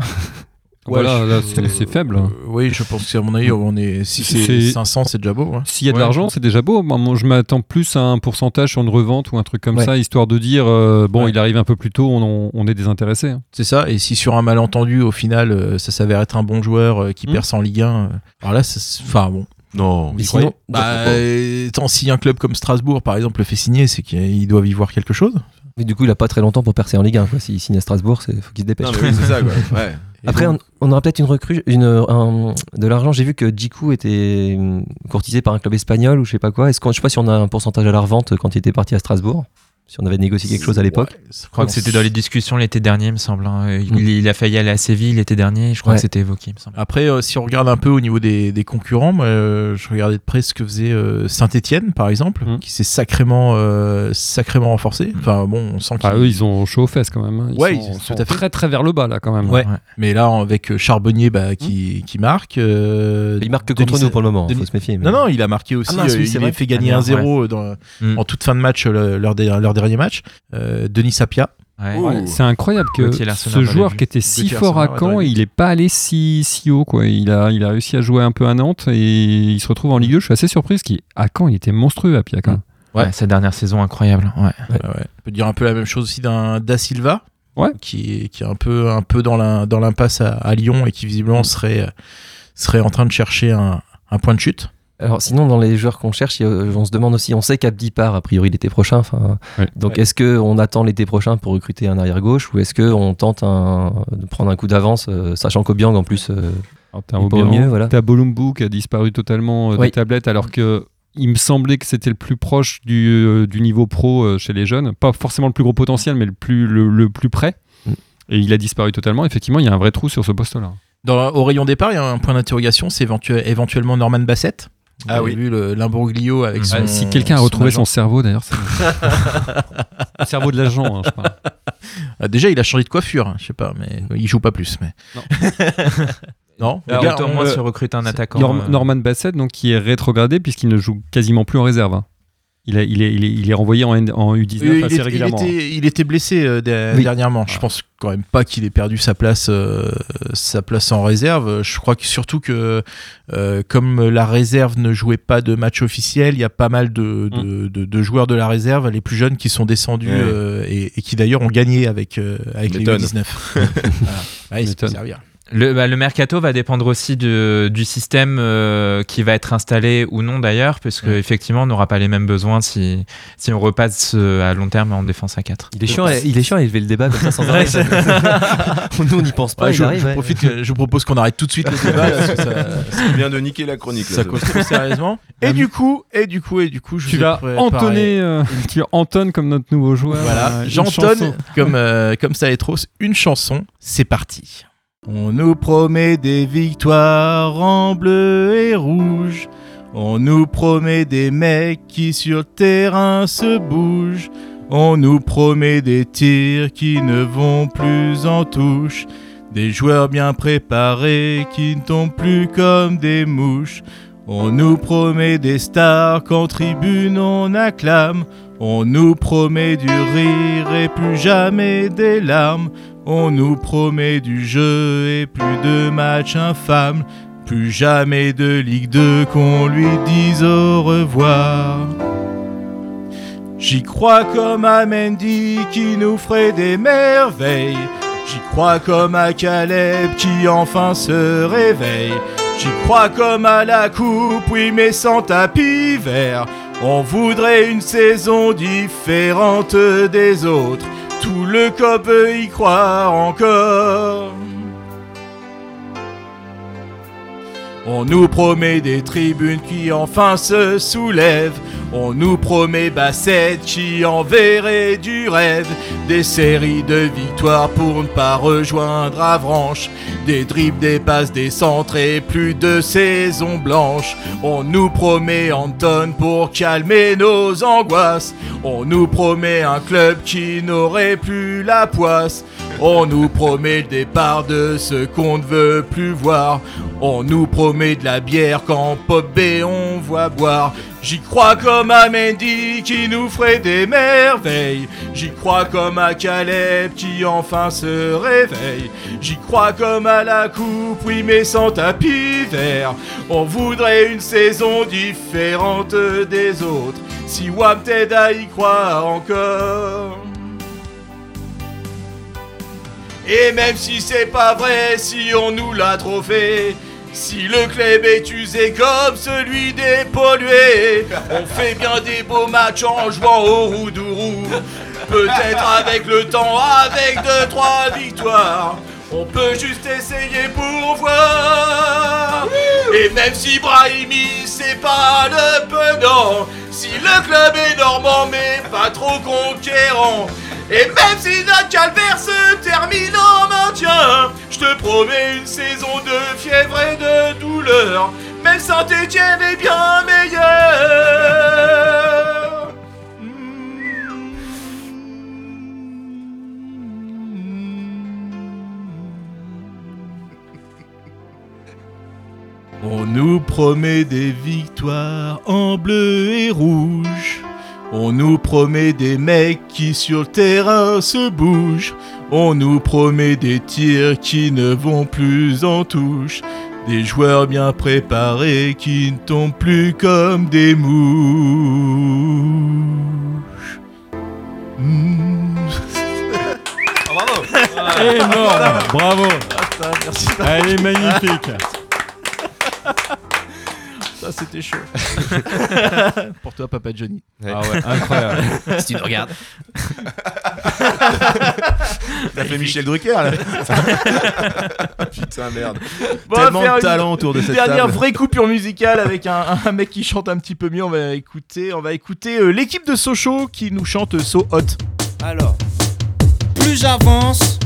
Ouais, là,
je-
là, c'est c'est faible.
Euh, oui, je pense qu'à mon avis, on est, si c'est
C'est-
500, c'est déjà beau. hein.
S'il y a de
Ouais.
l'argent, c'est déjà beau. Moi, moi, je m'attends plus à un pourcentage sur une revente ou un truc comme
Ouais.
ça, histoire de dire euh, bon,
Ouais.
il arrive un peu plus tôt, on, on- on est désintéressé. hein.
C'est ça. Et si sur un malentendu, au final, euh, ça s'avère être un bon joueur euh, qui
Hmm.
perce en Ligue 1, euh, alors là, ça se- enfin bon.
Non.
Vous y
sinon-
croyez bah, euh, tant si un club comme Strasbourg, par exemple, le fait signer, c'est qu'ils doivent y voir quelque chose.
Mais du coup, il a pas très longtemps pour percer en Ligue 1. quoi. S'il signe à Strasbourg, c'est faut qu'il se dépêche.
Non, mais oui, c'est ça, quoi. Ouais.
Et
Après,
donc,
on, on aura peut-être une recrue, une, un- de l'argent. J'ai vu que Jiku était hum, courtisé par un club espagnol ou je sais pas quoi. Est-ce qu'on, je sais pas si on a un pourcentage à la revente quand il était parti à Strasbourg, si on avait négocié quelque chose à l'époque.
ouais,
Je crois que c'était dans les discussions l'été dernier, il me semble. hein. Euh, Il, il a failli aller à Séville l'été dernier, je crois
Ouais.
que c'était évoqué, il me semble.
Après, euh, si on regarde un peu au niveau des, des concurrents, moi, euh, je regardais de près ce que faisait Saint-Etienne, par exemple,
Hum.
Hmm.
qui s'est sacrément, euh, sacrément renforcé.
Mm.
Enfin bon, on
Ah
sent qu'il
Enfin, Ah, eux, ils ont chaud aux fesses quand même. hein. Ils
Ouais,
sont,
ils- tout
sont
à fait.
très très vers le bas là quand même.
Ouais. Mais là, avec euh, Charbonnier bah, qui, qui marque. euh,
Mm. Il marque que contre
Denis-
nous pour le moment. hein,
Denis-
Faut se méfier. mais-
Non, non, il a marqué aussi.
Ah mince, oui,
euh,
c'est
il a
vrai.
fait gagner
Ah, merde,
1-0 dans-
Mm.
en toute fin de match, euh, le- leur, der- leur dernier match. Euh, Denis Sapia.
Ouais.
Ouh.
C'est incroyable que
Gauthier Larsonneur,
ce
on l'avait
joueur
vu.
qui était si
Gauthier
fort à
Larsonneur,
Caen,
ouais, dans la
il est pas allé si, si haut. Quoi. Il, a, il a réussi à jouer un peu à Nantes et il se retrouve en Ligue 2. Je suis assez surprise qu'à Caen, il était monstrueux à hein. Pia.
Mm.
quand même.
Ouais, Cette dernière saison incroyable. Ouais.
On peut dire un peu la même chose aussi d'un Da Silva.
Ouais.
Qui, est- qui est un peu, un peu dans la- dans l'impasse à, à Lyon et qui visiblement serait, serait en train de chercher un, un point de chute.
Alors sinon, dans les joueurs qu'on cherche, il y a- euh, on se demande aussi. On sait qu'Abdi part a priori l'été prochain. Enfin,
Ouais.
donc est-ce que on attend l'été prochain pour recruter un arrière gauche ou est-ce que on tente un- de prendre un coup d'avance, euh, sachant qu'Obiang en plus. euh,
Alors, T'as
Il est pas au
Aubameyang,
mieux, voilà.
t'as Bolumbu qui a disparu totalement euh,
Oui.
des tablettes alors que il me semblait que c'était le plus proche du, euh, du niveau pro euh, chez les jeunes. Pas forcément le plus gros potentiel, mais le plus, le, le plus près.
Mm.
Et il a disparu totalement. Effectivement, il y a un vrai trou sur ce poste-là.
Dans, au rayon départ, il y a un point d'interrogation, c'est éventu- éventuellement Norman Bassett. Vous
Ah
avez
oui.
vu le- l'imbroglio avec
Mm.
son.
Ouais,
si quelqu'un a retrouvé
agent.
son, cerveau, d'ailleurs, c'est- Euh, <laughs> le cerveau de l'agent, hein, je parle.
Ah, déjà, il a changé de coiffure, hein, je sais pas, mais il joue pas plus. Mais...
Non.
<laughs> non, le
Alors,
gars,
autant
on- euh,
moi
le-
se recrute un attaquant.
Norm-
euh,
Norman Bassett, donc, qui est rétrogradé puisqu'il ne joue quasiment plus en réserve. hein. Il, a- il est, il, est, il est renvoyé en, N- en U19
Oui,
assez
il, est- il
régulièrement. hein.
était, il était blessé euh, de-
Oui.
dernièrement. Je pense quand même pas qu'il ait perdu sa place, euh, sa place en réserve. Je crois que surtout que euh, comme la réserve ne jouait pas de match officiel, il y a pas mal de, de, de- de joueurs de la réserve, les plus jeunes, qui sont descendus
Ouais.
euh, et, et qui d'ailleurs ont gagné avec, euh, avec les
M'étonne.
U19. <laughs> voilà. Ouais, il se peut
M'étonne.
servir.
Le, bah, le mercato va dépendre aussi de- du système euh, qui va être installé ou non d'ailleurs, puisque effectivement on n'aura pas les mêmes besoins si, si on repasse euh, à long terme en défense à 4.
Il est chiant. à- Il est chiant à élever le débat comme ça <laughs> sans arrêt. <laughs> Nous, on n'y pense pas.
Ouais,
il
je,
arrive,
je
ouais.
profite que- je vous propose qu'on arrête tout de suite le débat là, parce que ça,
Il vient de niquer la chronique. là,
ça
ce-
cause trop sérieusement. Et du coup, et du coup, et du coup, je
Tu
vous ai
vas
préparé-
entonner,
<laughs>
euh, tu entonnes comme notre nouveau joueur. euh,
Voilà,
une
j'entonne
chanson.
comme, euh, comme ça une chanson, c'est parti. On nous promet des victoires en bleu et rouge. On nous promet des mecs qui sur le terrain se bougent. On nous promet des tirs qui ne vont plus en touche. Des joueurs bien préparés qui ne tombent plus comme des mouches. On nous promet des stars qu'en tribune on acclame. On nous promet du rire et plus jamais des larmes. On nous promet du jeu et plus de matchs infâmes. Plus jamais de Ligue 2 qu'on lui dise au revoir. J'y crois comme à Mendy qui nous ferait des merveilles. J'y crois comme à Caleb qui enfin se réveille. J'y crois comme à la coupe, oui mais sans tapis vert. On voudrait une saison différente des autres. Tout le cop peut y croire encore. On nous promet des tribunes qui enfin se soulèvent. On nous promet Bassett qui enverrait du rêve. Des séries de victoires pour ne pas rejoindre Avranches. Des dribbles, des passes, des centres et plus de saison blanche. On nous promet Anton pour calmer nos angoisses. On nous promet un club qui n'aurait plus la poisse. On nous promet le départ de ce qu'on ne veut plus voir. On nous promet de la bière quand Pop B on voit boire. J'y crois comme à Mendy qui nous ferait des merveilles. J'y crois comme à Caleb qui enfin se réveille. J'y crois comme à la coupe, oui mais sans tapis vert. On voudrait une saison différente des autres. Si Wam t'aide à y croire encore. Et même si c'est pas vrai, si on nous l'a trop fait, si le club est usé comme celui des pollués, on fait bien des beaux matchs en jouant au roudourou. Peut-être avec le temps, avec deux, trois victoires. On peut juste essayer pour voir. Et même si Brahimi, c'est pas le penant, si le club est normand mais pas trop conquérant, et même si notre calvaire se termine en maintien, je te promets une saison de fièvre et de douleur. Même Saint-Étienne est bien meilleur. On nous promet des victoires en bleu et rouge. On nous promet des mecs qui sur le terrain se bougent. On nous promet des tirs qui ne vont plus en touche. Des joueurs bien préparés qui ne tombent plus comme des mouches. Mm.
Mmh.
Ah,
Énorme, bravo.
Merci,
Elle est magnifique.
ça c'était
<laughs>
chaud. Pour toi, Papa Johnny.
Ah
ouais, incroyable.
Si tu nous regardes.
T'as fait Michel Drucker là <laughs> Putain merde.
Bon, on va
Tellement
faire
de
une-
talent autour de
une
cette
dernière
table.
vraie coupure musicale avec un, un mec qui chante un petit peu mieux. On va écouter, on va écouter euh, l'équipe de Sochaux qui nous chante So Hot.
Alors, plus j'avance,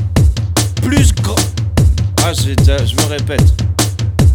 plus gr- Ah, j'ai déjà- je me répète.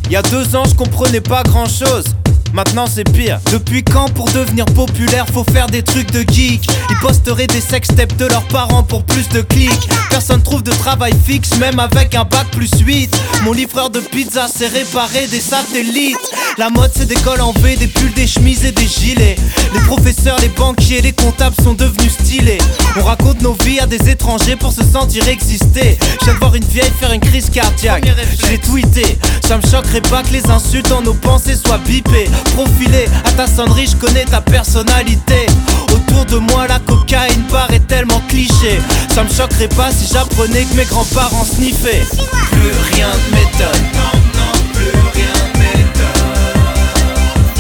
Il y a deux ans, je comprenais pas grand chose. Maintenant, c'est pire. Depuis quand, pour devenir populaire, faut faire des trucs de geek Ils posteraient des sextapes de leurs parents pour plus de clics. Personne trouve de travail fixe, même avec un bac plus 8. Mon livreur de pizza s'est réparé des satellites. La mode, c'est des cols en V, des pulls, des chemises et des gilets. Les professeurs, les banquiers, les comptables sont devenus stylés. On raconte nos vies à des étrangers pour se sentir exister. J'aime voir une vieille faire une crise cardiaque. Je l'ai tweeté. Ça me choquerait pas que les insultes dans nos pensées soient bipées. Profilé à ta sonnerie, je connais ta personnalité. Autour de moi, la cocaïne paraît tellement cliché. Ça me choquerait pas si j'apprenais que mes grands-parents sniffaient. Plus rien ne m'étonne. Non, non, plus rien ne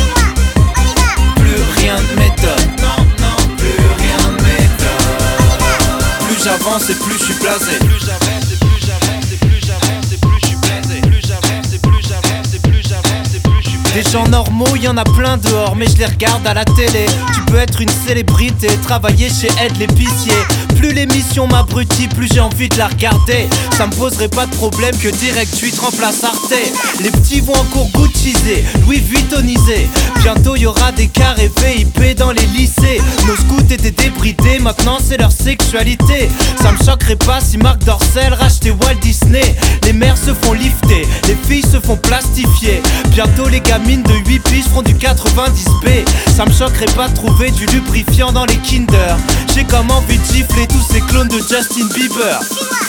m'étonne. Plus rien ne m'étonne. Non, non, plus rien ne m'étonne. Plus j'avance et plus je suis blasé. Plus j'avance et plus j'avance et plus j'avance et plus je suis blasé. Plus j'avance et plus j'avance et plus j'avance et plus je suis blasé. Des gens normaux, y en a plein dehors, mais je les regarde à la télé. Tu peux être une célébrité, travailler chez Ed l'épicier. Plus l'émission m'abrutit, plus j'ai envie de la regarder. Ça me poserait pas de problème que direct tu te remplaces Arte. Les petits vont en cours Guccisés, Louis Vuittonisés. Bientôt y aura des carrés VIP dans les lycées. Nos scouts étaient débridés, maintenant c'est leur sexualité. Ça me choquerait pas si Marc Dorcel rachetait Walt Disney. Les mères se font lifter, les filles se font plastifier. Bientôt les gamines de 8 piges feront du 90p. Ça me choquerait pas de trouver du lubrifiant dans les Kinder. J'ai comme envie de gifler tous ces clones de Justin Bieber.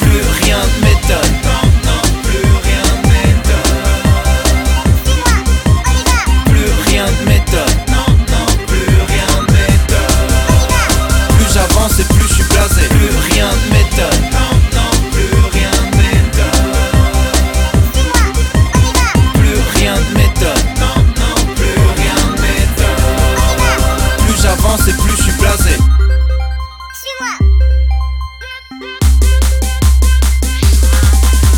Plus rien ne m'étonne. Plus rien ne m'étonne. Non, non, plus rien ne m'étonne. Plus j'avance et plus je suis blasé. Plus rien ne m'étonne. Non, non, plus rien ne m'étonne. Plus rien ne m'étonne. Non, non, plus rien ne m'étonne. Plus j'avance et plus je suis blasé.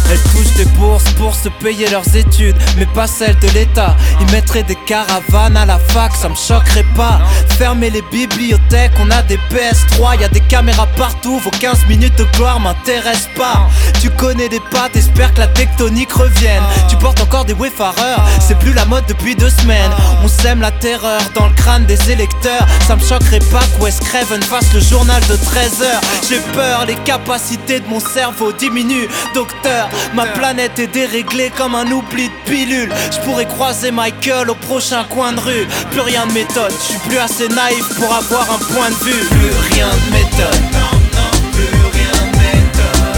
Elles touchent des bourses pour se payer leurs études, mais pas celles de l'État. Ils mettraient des caravanes à la fac, ça me choquerait pas. Fermez les bibliothèques, on a des PS3, y a des caméras partout, vos 15 minutes de gloire m'intéressent pas. Tu connais les pas, t'espères que la tectonique revienne. Tu portes encore des wayfarers, c'est plus la mode depuis deux semaines. On sème la terreur dans le crâne des électeurs, ça me choquerait pas que Wes Craven fasse le journal de 13 heures. J'ai peur, les capacités de mon cerveau diminuent. Docteur, Ma planète est déréglée comme un oubli de pilule. Je pourrais croiser Michael au prochain coin de rue. Plus rien ne m'étonne, je suis plus assez naïf pour avoir un point de vue. Plus rien ne m'étonne. Non, non, plus rien ne m'étonne.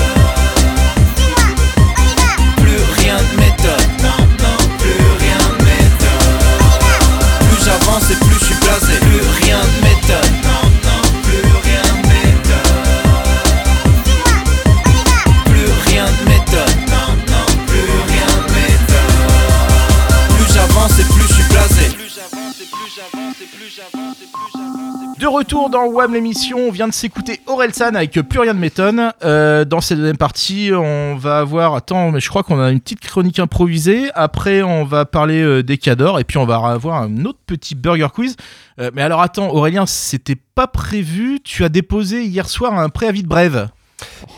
Plus rien ne m'étonne. Non, non, plus rien ne m'étonne. Plus j'avance et plus je suis blasé. Plus rien ne m'étonne. Non, non, plus rien ne m'étonne. Plus rien ne m'étonne. Non, non, plus rien ne m'étonne. Plus j'avance et plus je suis blasé.
De retour dans WAM l'émission, on vient de s'écouter Orelsan avec Plus rien ne m'étonne. Euh, dans cette deuxième partie, on va avoir. Attends, mais je crois qu'on a une petite chronique improvisée. Après, on va parler euh, des cadors et puis on va avoir un autre petit burger quiz. Euh, mais alors attends, Aurélien, c'était pas prévu. Tu as déposé hier soir un préavis de brève.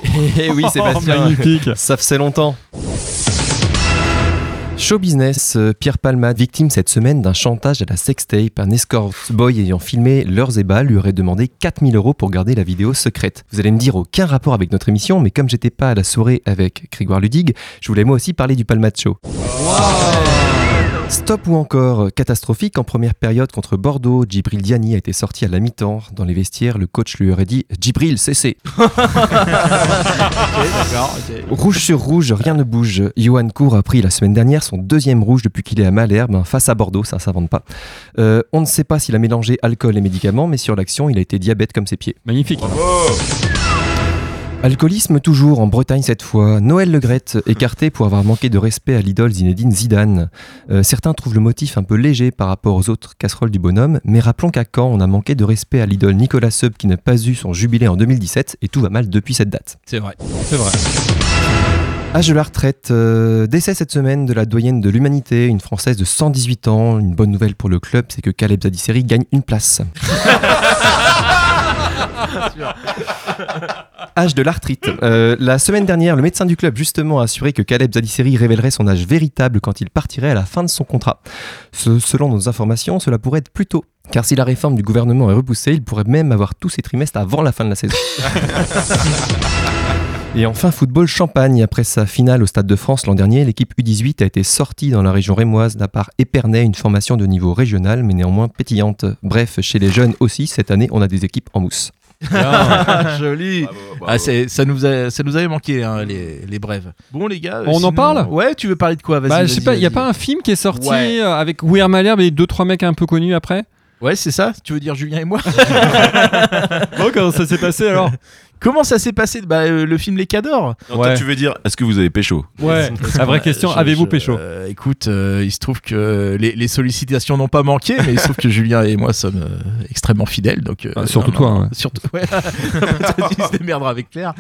<laughs> Eh oui, Sébastien.
Magnifique.
Ça faisait longtemps. Show business, euh, Pierre Palmade, victime cette semaine d'un chantage à la sextape. Un escort boy ayant filmé leurs et bas lui aurait demandé 4000 euros pour garder la vidéo secrète. Vous allez me dire aucun rapport avec notre émission, mais comme j'étais pas à la soirée avec Grégoire Ludig, je voulais moi aussi parler du Palmade Show. Stop ou encore euh, catastrophique en première période contre Bordeaux, Djibril Diani a été sorti à la mi-temps. Dans les vestiaires, le coach lui aurait dit Djibril, cessez Rouge sur rouge, rien ne bouge. Johan Cour a pris la semaine dernière son deuxième rouge depuis qu'il est à Malherbe, hein, face à Bordeaux, ça ne s'invente pas. Euh, on ne sait pas s'il a mélangé alcool et médicaments, mais sur l'action, il a été diabète comme ses pieds.
Magnifique.
Alcoolisme toujours, en Bretagne cette fois. Noël Legrette, écarté pour avoir manqué de respect à l'idole Zinedine Zidane. Euh, certains trouvent le motif un peu léger par rapport aux autres casseroles du bonhomme, mais rappelons qu'à Caen, on a manqué de respect à l'idole Nicolas Seub qui n'a pas eu son jubilé en 2017, et tout va mal depuis cette date.
C'est vrai, c'est vrai.
Âge de la retraite, euh, décès cette semaine de la doyenne de l'humanité, une Française de 118 ans. Une bonne nouvelle pour le club, c'est que Caleb Zadisseri gagne une place. Âge de l'arthrite. Euh, la semaine dernière, le médecin du club justement a assuré que Caleb Zadisseri révélerait son âge véritable quand il partirait à la fin de son contrat. Ce- selon nos informations, cela pourrait être plus tôt. Car si la réforme du gouvernement est repoussée, il pourrait même avoir tous ses trimestres avant la fin de la saison. Et enfin, football champagne. Après sa finale au Stade de France l'an dernier, l'équipe U18 a été sortie dans la région rémoise d'à part Épernay, une formation de niveau régional, mais néanmoins pétillante. Bref, chez les jeunes aussi, cette année, on a des équipes en mousse.
<laughs> Joli.
Bravo, bravo.
Ah, c'est- ça, nous a- ça nous avait manqué, hein, les, les brèves. Bon, les gars. euh,
On en
sinon-
parle
Ouais, tu veux parler de quoi Vas-y.
Bah, je sais
vas-y,
pas, il y a
vas-y.
pas un film qui est sorti
Ouais.
euh, avec Weir Malherbe et deux trois mecs un peu connus après
Ouais, c'est ça Tu veux dire Julien
<laughs>
et moi
Bon, comment ça s'est passé alors
Comment ça s'est passé bah, euh, Le film Les Cadors
Non, toi,
Ouais.
tu veux dire, est-ce que vous avez pécho
Ouais, la vraie question,
Je-
avez-vous
je-
pécho
euh, Écoute, euh, il se trouve que les, les sollicitations n'ont pas manqué, mais il se trouve que Julien et moi sommes euh, extrêmement fidèles. Donc, euh,
Ah, Surtout
non,
toi. ouais.
Surtout, ouais. <laughs> tu se démerderas
<laughs>
avec Claire.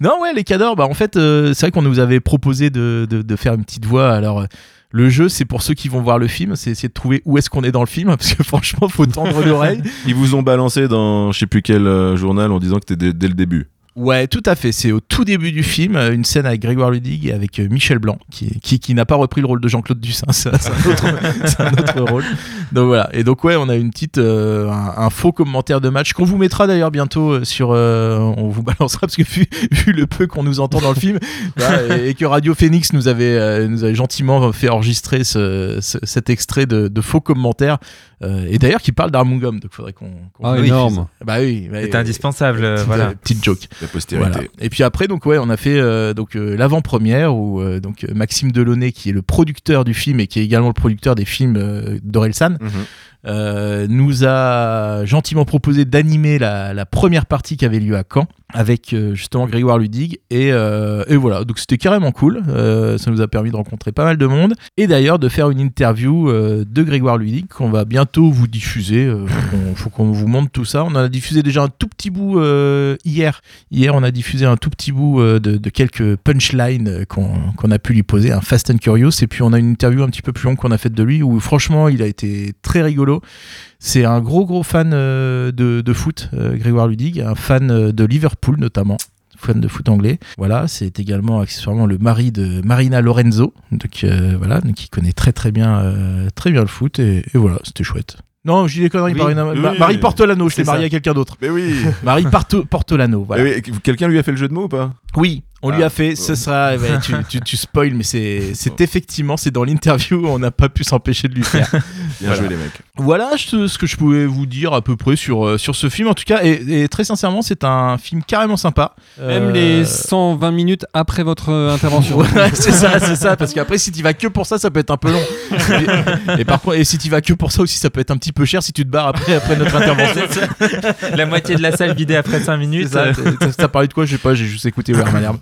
non, ouais, les cadors, bah, en fait, euh, c'est vrai qu'on nous avait proposé de, de- de faire une petite voix. Alors, euh, le jeu, c'est pour ceux qui vont voir le film, c'est essayer de trouver où est-ce qu'on est dans le film, parce que franchement, faut tendre l'oreille.
Ils vous ont balancé dans je sais plus quel euh, journal en disant que t'étais dès, dès le début.
Ouais, tout à fait. C'est au tout début du film, euh, une scène avec Grégoire Ludig et avec euh, Michel Blanc, qui, qui, qui n'a pas repris le rôle de Jean-Claude Dussin. <laughs> C'est c'est un, autre- c'est un autre rôle. Donc voilà. Et donc, ouais, on a une petite, euh, un, un faux commentaire de match qu'on vous mettra d'ailleurs bientôt euh, sur. euh, on vous <laughs> balancera parce que vu, vu le peu qu'on nous entend dans le film <laughs> bah, et, et que Radio Phoenix nous avait, euh, nous avait gentiment fait enregistrer ce, ce- cet extrait de, de faux commentaires euh, et d'ailleurs qui parle d'Armungum. Donc, faudrait qu'on. qu'on-
Ah,
oui,
énorme.
Bah oui. bah,
C'est
euh,
indispensable, euh,
petite,
voilà.
euh, Petite joke.
La postérité.
Voilà. Et puis après, donc ouais, on a fait euh, donc euh, l'avant-première où euh, donc euh, Maxime Delaunay, qui est le producteur du film et qui est également le producteur des films euh, d'Orelsan,
Mhm.
euh, nous a gentiment proposé d'animer la, la première partie qui avait lieu à Caen avec euh, justement Grégoire Ludig et, euh, et voilà donc c'était carrément cool Euh, ça nous a permis de rencontrer pas mal de monde et d'ailleurs de faire une interview euh, de Grégoire Ludig qu'on va bientôt vous diffuser Euh, faut qu'on- faut qu'on vous montre tout ça on en a diffusé déjà un tout petit bout euh, hier hier on a diffusé un tout petit bout euh, de, de quelques punchlines euh, qu'on qu'on a pu lui poser un Fast and Curious et puis on a une interview un petit peu plus longue qu'on a faite de lui où franchement il a été très rigolo c'est un gros gros fan euh, de, de foot, euh, Grégoire Ludig, un fan euh, de Liverpool notamment fan de foot anglais. Voilà, c'est également accessoirement le mari de Marina Lorenzo, donc euh, voilà, donc qui connaît très très bien euh, très bien le foot et, et voilà, c'était chouette. Non, je dis des conneries,
Oui,
Marina-
oui,
Ma-
oui.
Marie Portolano, je
C'est
l'ai mariée
ça. Eh
à quelqu'un d'autre.
Mais oui
Marie Parto- Portolano, voilà.
Mais oui, Quelqu'un lui a fait le jeu de mots ou pas
Oui, on lui
Ah.
a fait. Ce sera. ouais, <laughs> tu, tu, tu spoil, mais c'est c'est effectivement, c'est dans l'interview, on n'a pas pu s'empêcher de lui <laughs> faire.
Bien
Voilà.
joué, les mecs.
Voilà ce, ce que je pouvais vous dire à peu près sur, euh, sur ce film. En tout cas, et, et très sincèrement, c'est un film carrément sympa.
Même
Euh,
les 120 minutes après votre euh, intervention.
<laughs> <laughs> Ouais, c'est ça, c'est ça. Parce qu'après, si tu vas que pour ça, ça peut être un peu long. Et, et par contre, et si tu vas que pour ça aussi, ça peut être un petit peu cher si tu te barres après, après notre <laughs> intervention.
La moitié de la salle vidée après 5
C'est
minutes. euh,
ça, t'as- t'as- t'as parlé de quoi Je sais pas, j'ai juste écouté Werner Malherbe.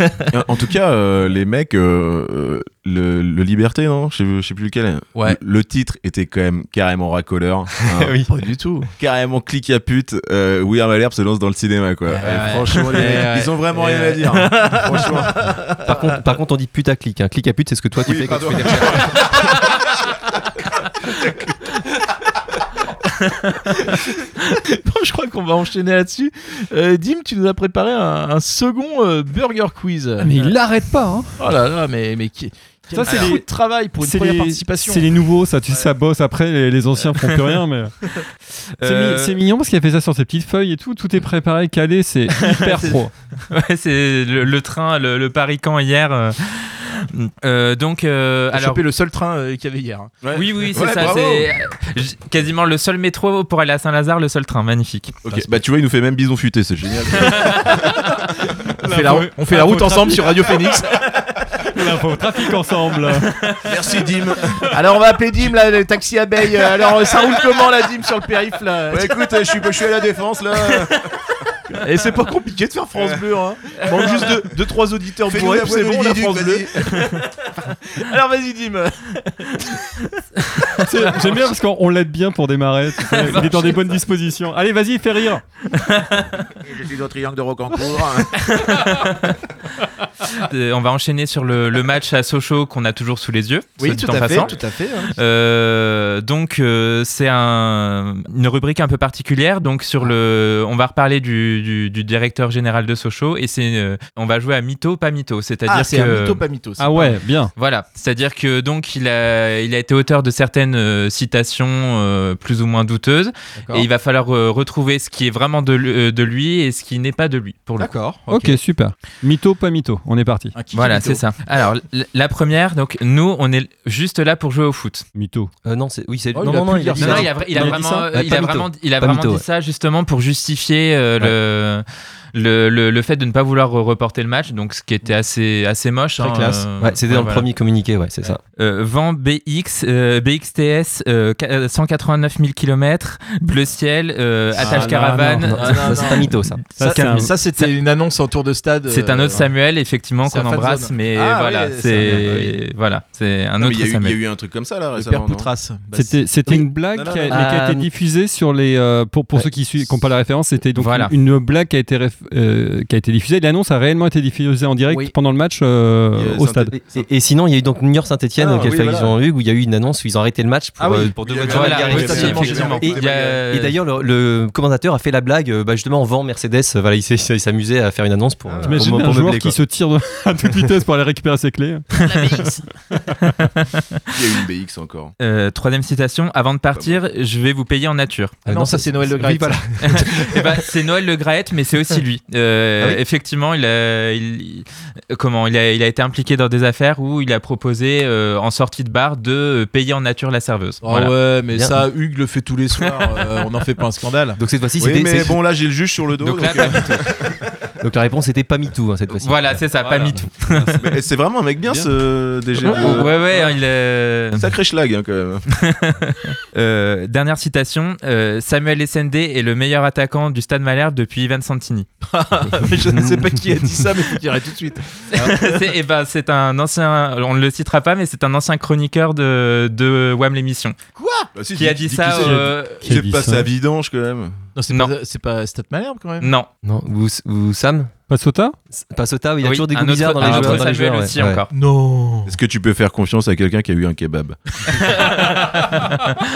Euh, en tout cas, euh, les mecs, euh, euh, le, le Liberté, non Je sais- je sais plus lequel.
Ouais.
Le, le titre était quand même carrément racoleur. hein.
oui. Pas du tout.
Carrément clic à pute. Euh, oui, Malherbe se lance dans le cinéma, quoi. Et
ouais.
Franchement, les
Ouais,
mecs,
ouais.
<laughs> ils ont vraiment rien
Ouais.
à dire. hein. franchement.
Par contre, par contre, on dit putaclic. Hein. Clic à pute, c'est ce que toi tu
Oui, bah,
fais quand tu
pardon.
fais des recherches.
Bon, <laughs> je crois qu'on va enchaîner là-dessus. Euh, Dim, tu nous as préparé un, un second euh, burger quiz.
Ah, Mais il l'arrête pas. hein.
Oh là là, mais, mais qui.
Ça,
Ça,
c'est
c'est
les-
de travail pour une
C'est
première
les-
participation.
C'est les nouveaux, ça, tu sais, ça bosse après, les, les anciens font plus rien,
<laughs>
mais. C'est mi-
Euh,
c'est mignon parce qu'il a fait ça sur ses petites feuilles et tout, tout est préparé, calé,
<laughs>
c'est hyper pro.
<laughs> Ouais, c'est le, le train, le, le Paris-Camp hier. euh. Euh, donc, euh,
T'as
alors.
chopé le seul train euh, qu'il y avait hier. hein.
Oui, oui, c'est
Ouais,
ça.
bravo.
C'est euh, j- quasiment le seul métro pour aller à Saint-Lazare, le seul train. Magnifique.
Ok, bah tu vois, il nous fait même bison futé, c'est génial.
On fait Ah, la, on fait la route ensemble sur Radio Phoenix.
L'info trafic ensemble.
<laughs> Merci Dim. <laughs> Alors on va appeler Dim là, le taxi abeille. Euh, Alors euh, ça roule comment la Dim sur le périph là
Ouais, écoute, euh, je suis, je suis à la défense là.
Et c'est pas compliqué de faire France Bleu. <laughs> Hein. Manque juste 2 deux, trois auditeurs
Fais-nous
pour
la
elle,
voix
c'est
de
bon la
Olivier
France
Duc,
Bleu. Alors vas-y Dim.
C'est- J'aime bien parce qu'on on l'aide bien pour démarrer, tu sais, il est dans des bonnes dispositions. Allez, vas-y, fais rire.
Je suis au triangle de Rocancourt.
Ah.
Euh, on va enchaîner sur le, le match à Sochaux qu'on a toujours sous les yeux. soit dit en passant.
tout à fait. hein.
Euh, donc euh, c'est un- une rubrique un peu particulière. Donc sur le, on va reparler du, du- du directeur général de Sochaux et c'est, euh, on va jouer à mytho pas mytho, c'est-à-dire
Ah, c'est
que
un mytho pas mytho. c'est
Ah ouais, bien.
voilà, c'est-à-dire que donc il a, il a été auteur de certaines euh, citations euh, plus ou moins douteuses
D'accord.
et il va falloir euh, retrouver ce qui est vraiment de, lu- euh, de lui et ce qui n'est pas de lui pour le coup.
D'accord.
Ok, super. Mytho, pas mytho, on est parti.
Un kiki
Voilà,
mytho.
c'est ça. Alors l- la première, donc nous on est juste là pour jouer au foot.
Mytho.
Euh, non, c'est oui, c'est
Oh,
non,
il
non,
a pu
non,
le dire,
dit
Non,
ça.
ça.
non, il a, vra- il
Il
a
a dit
vraiment,
ça
euh,
Ouais,
il
pas
a
mytho.
vraiment, dit- il a
Pas
vraiment
mytho,
dit
ouais.
ça justement pour justifier euh, le, le, le, le fait de ne pas vouloir euh, reporter le match, donc ce qui était assez, assez moche.
Très
hein,
classe.
euh,
Ouais, c'était
ouais,
dans le
voilà.
premier communiqué, ouais, c'est ça.
Euh, vent BX, euh, BXTS, euh, ca- euh, 189 000 km, bleu ciel, euh, attache
non,
caravane.
Non,
Ah, non,
ça, <laughs> c'est
non.
un mytho, ça.
Ça,
c'est un-
ça, c'était une annonce en tour de stade.
C'est un autre
euh,
Samuel, effectivement,
C'est
qu'on
un fan
embrasse,
zone.
mais
Ah,
voilà,
oui, c'est un-
c'est voilà, c'est un
Non, mais
autre
il y, a eu- il y a
Samuel.
eu un truc comme ça là
Le père
récemment. non
Poutras. Bah,
C'était c'était
oui.
une blague
Non, non,
qui, a,
non.
mais qui a été
Euh,
diffusée sur les. euh, pour pour ceux qui n'ont pas la référence, c'était donc
Voilà.
une, une blague qui a été, ref- euh, qui a été diffusée. L'annonce a réellement été diffusée en direct
Oui.
pendant le match euh,
Il y a
au stade.
Saint-Étienne.
Et, et sinon, il y a eu donc New York Saint-Etienne,
Ah,
auquel
oui,
fait
voilà.
ils ont eu, où il y a eu une annonce où ils ont arrêté le match pour,
Ah oui.
euh, pour deux
Il y
bonnes
avait-
heures
Voilà,
à
il y
Garenne.
avait-
oui,
il y avait-
effectivement.
il y
Et il y a-
Et d'ailleurs, le, le commentateur a fait la blague, euh, bah, justement, vent Mercedes, euh, voilà, il s'est- il s'amusait à faire une annonce pour, euh, pour,
J'imagine
me-
un
pour
joueur
meubler,
qui
quoi.
se tire de- <laughs> à toute vitesse pour aller récupérer ses clés.
Il y a eu une BX encore.
Euh, troisième citation, avant de partir, je vais vous payer en nature.
Ah non, ça, c'est Noël Le
oui,
Graët,
voilà.
Eh ben, c'est Noël Le Graët, mais c'est aussi lui. Euh,
Ah oui
Effectivement, il a, il- il- comment, il, a, il a été impliqué dans des affaires où il a proposé euh, en sortie de bar de euh, payer en nature la serveuse.
Ah
Voilà.
ouais, mais
Bien.
ça, Hugues le fait tous les soirs. euh, on n'en fait pas un scandale.
Donc cette fois-ci,
Oui,
c'était-
mais
c'est-
<laughs>
bon, là j'ai le juge sur le dos.
Donc
Donc
là,
euh,
donc la réponse était pas MeToo hein, cette fois-ci.
<laughs> Voilà, c'est ça, pas
Voilà.
MeToo.
mais c'est vraiment un mec bien,
Bien.
ce DG.
Ouais,
euh,
ouais, hein, il est-
Sacré schlag hein, quand même.
Euh, dernière citation euh, Samuel Essende est le meilleur attaquant du Stade Malherbe depuis Ivan Santini.
Mais je ne sais pas qui a dit ça, mais je dirai tout de suite.
<laughs> c'est, eh ben, c'est un ancien, on ne le citera pas, mais c'est un ancien chroniqueur de, de WAM l'émission
Bah, si,
qui a
dis-
dit
dis
ça.
qui c'est,
euh,
j'ai- J'ai pas sa vidange quand même.
Non, c'est
Non.
pas, c'est pas Stade Malherbe quand même.
Non,
Non, ou, ou Sam
Pas Sota
Passota, oui, il y a
Oui,
toujours des
un
goûts
autre-
bizarres dans les
un autre
joueurs. dans les
Samuel
joueurs, ouais.
aussi
Ouais.
encore.
Non.
Est-ce que tu peux faire confiance à quelqu'un qui a eu un kebab
<laughs>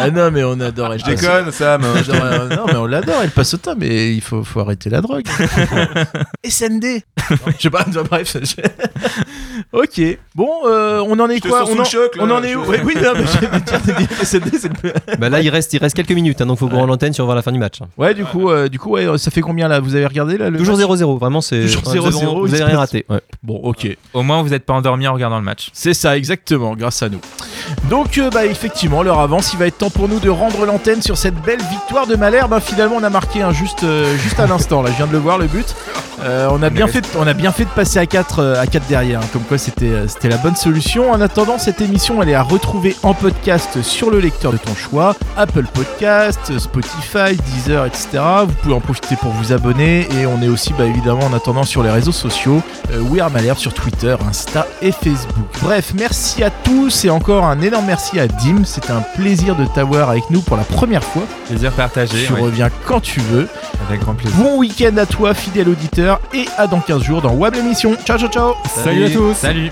Ah non, mais on adore.
Je déconne, Sam.
On adore- euh, non, mais on l'adore, elle passe au temps, mais il faut, faut arrêter la drogue. SND Je sais pas, bref. je- ok. Bon, euh, on en est
Je te
quoi
sens
on
sous
en,
le choc, là,
on en est
je-
où Oui, oui, non, mais je vais dire, c'est- c'est- c'est le plus-
Bah là, il reste, il reste quelques minutes, hein, donc faut qu'on rende l'antenne sur voir la fin du match.
Ouais, du coup, euh, du coup, ouais, ça fait combien là Vous avez regardé là le
Toujours
match
0-0, vraiment, c'est.
Toujours
ouais,
0-0,
Vous
il se
avez rien
passe-
raté. ouais.
Bon, ok.
Au moins, vous n'êtes pas endormi en regardant le match.
C'est ça, exactement, grâce à nous. Donc, euh, bah, effectivement, l'heure avance, il va être temps pour nous de rendre l'antenne sur cette belle victoire de Malherbe. Hein, finalement, on a marqué un juste, euh, juste à l'instant, là, je viens de le voir, le but. Euh, on, a bien fait, de- on a bien fait de passer à 4, à quatre derrière, hein, comme quoi c'était euh, c'était la bonne solution. En attendant, cette émission, elle est à retrouver en podcast sur le lecteur de ton choix, Apple Podcast, Spotify, Deezer, etc. Vous pouvez en profiter pour vous abonner et on est aussi, bah, évidemment, en attendant sur les réseaux sociaux. Euh, We Are Malherbe sur Twitter, Insta et Facebook. Bref, merci à tous et encore un énorme merci à Dim. C'était un plaisir de t'avoir avec nous pour la première fois.
Plaisir partagé.
tu
ouais,
reviens quand tu veux.
Avec grand plaisir.
Bon week-end à toi, fidèle auditeur, et à dans 15 jours dans Web l'émission. Ciao, ciao, ciao
Salut à tous
Salut.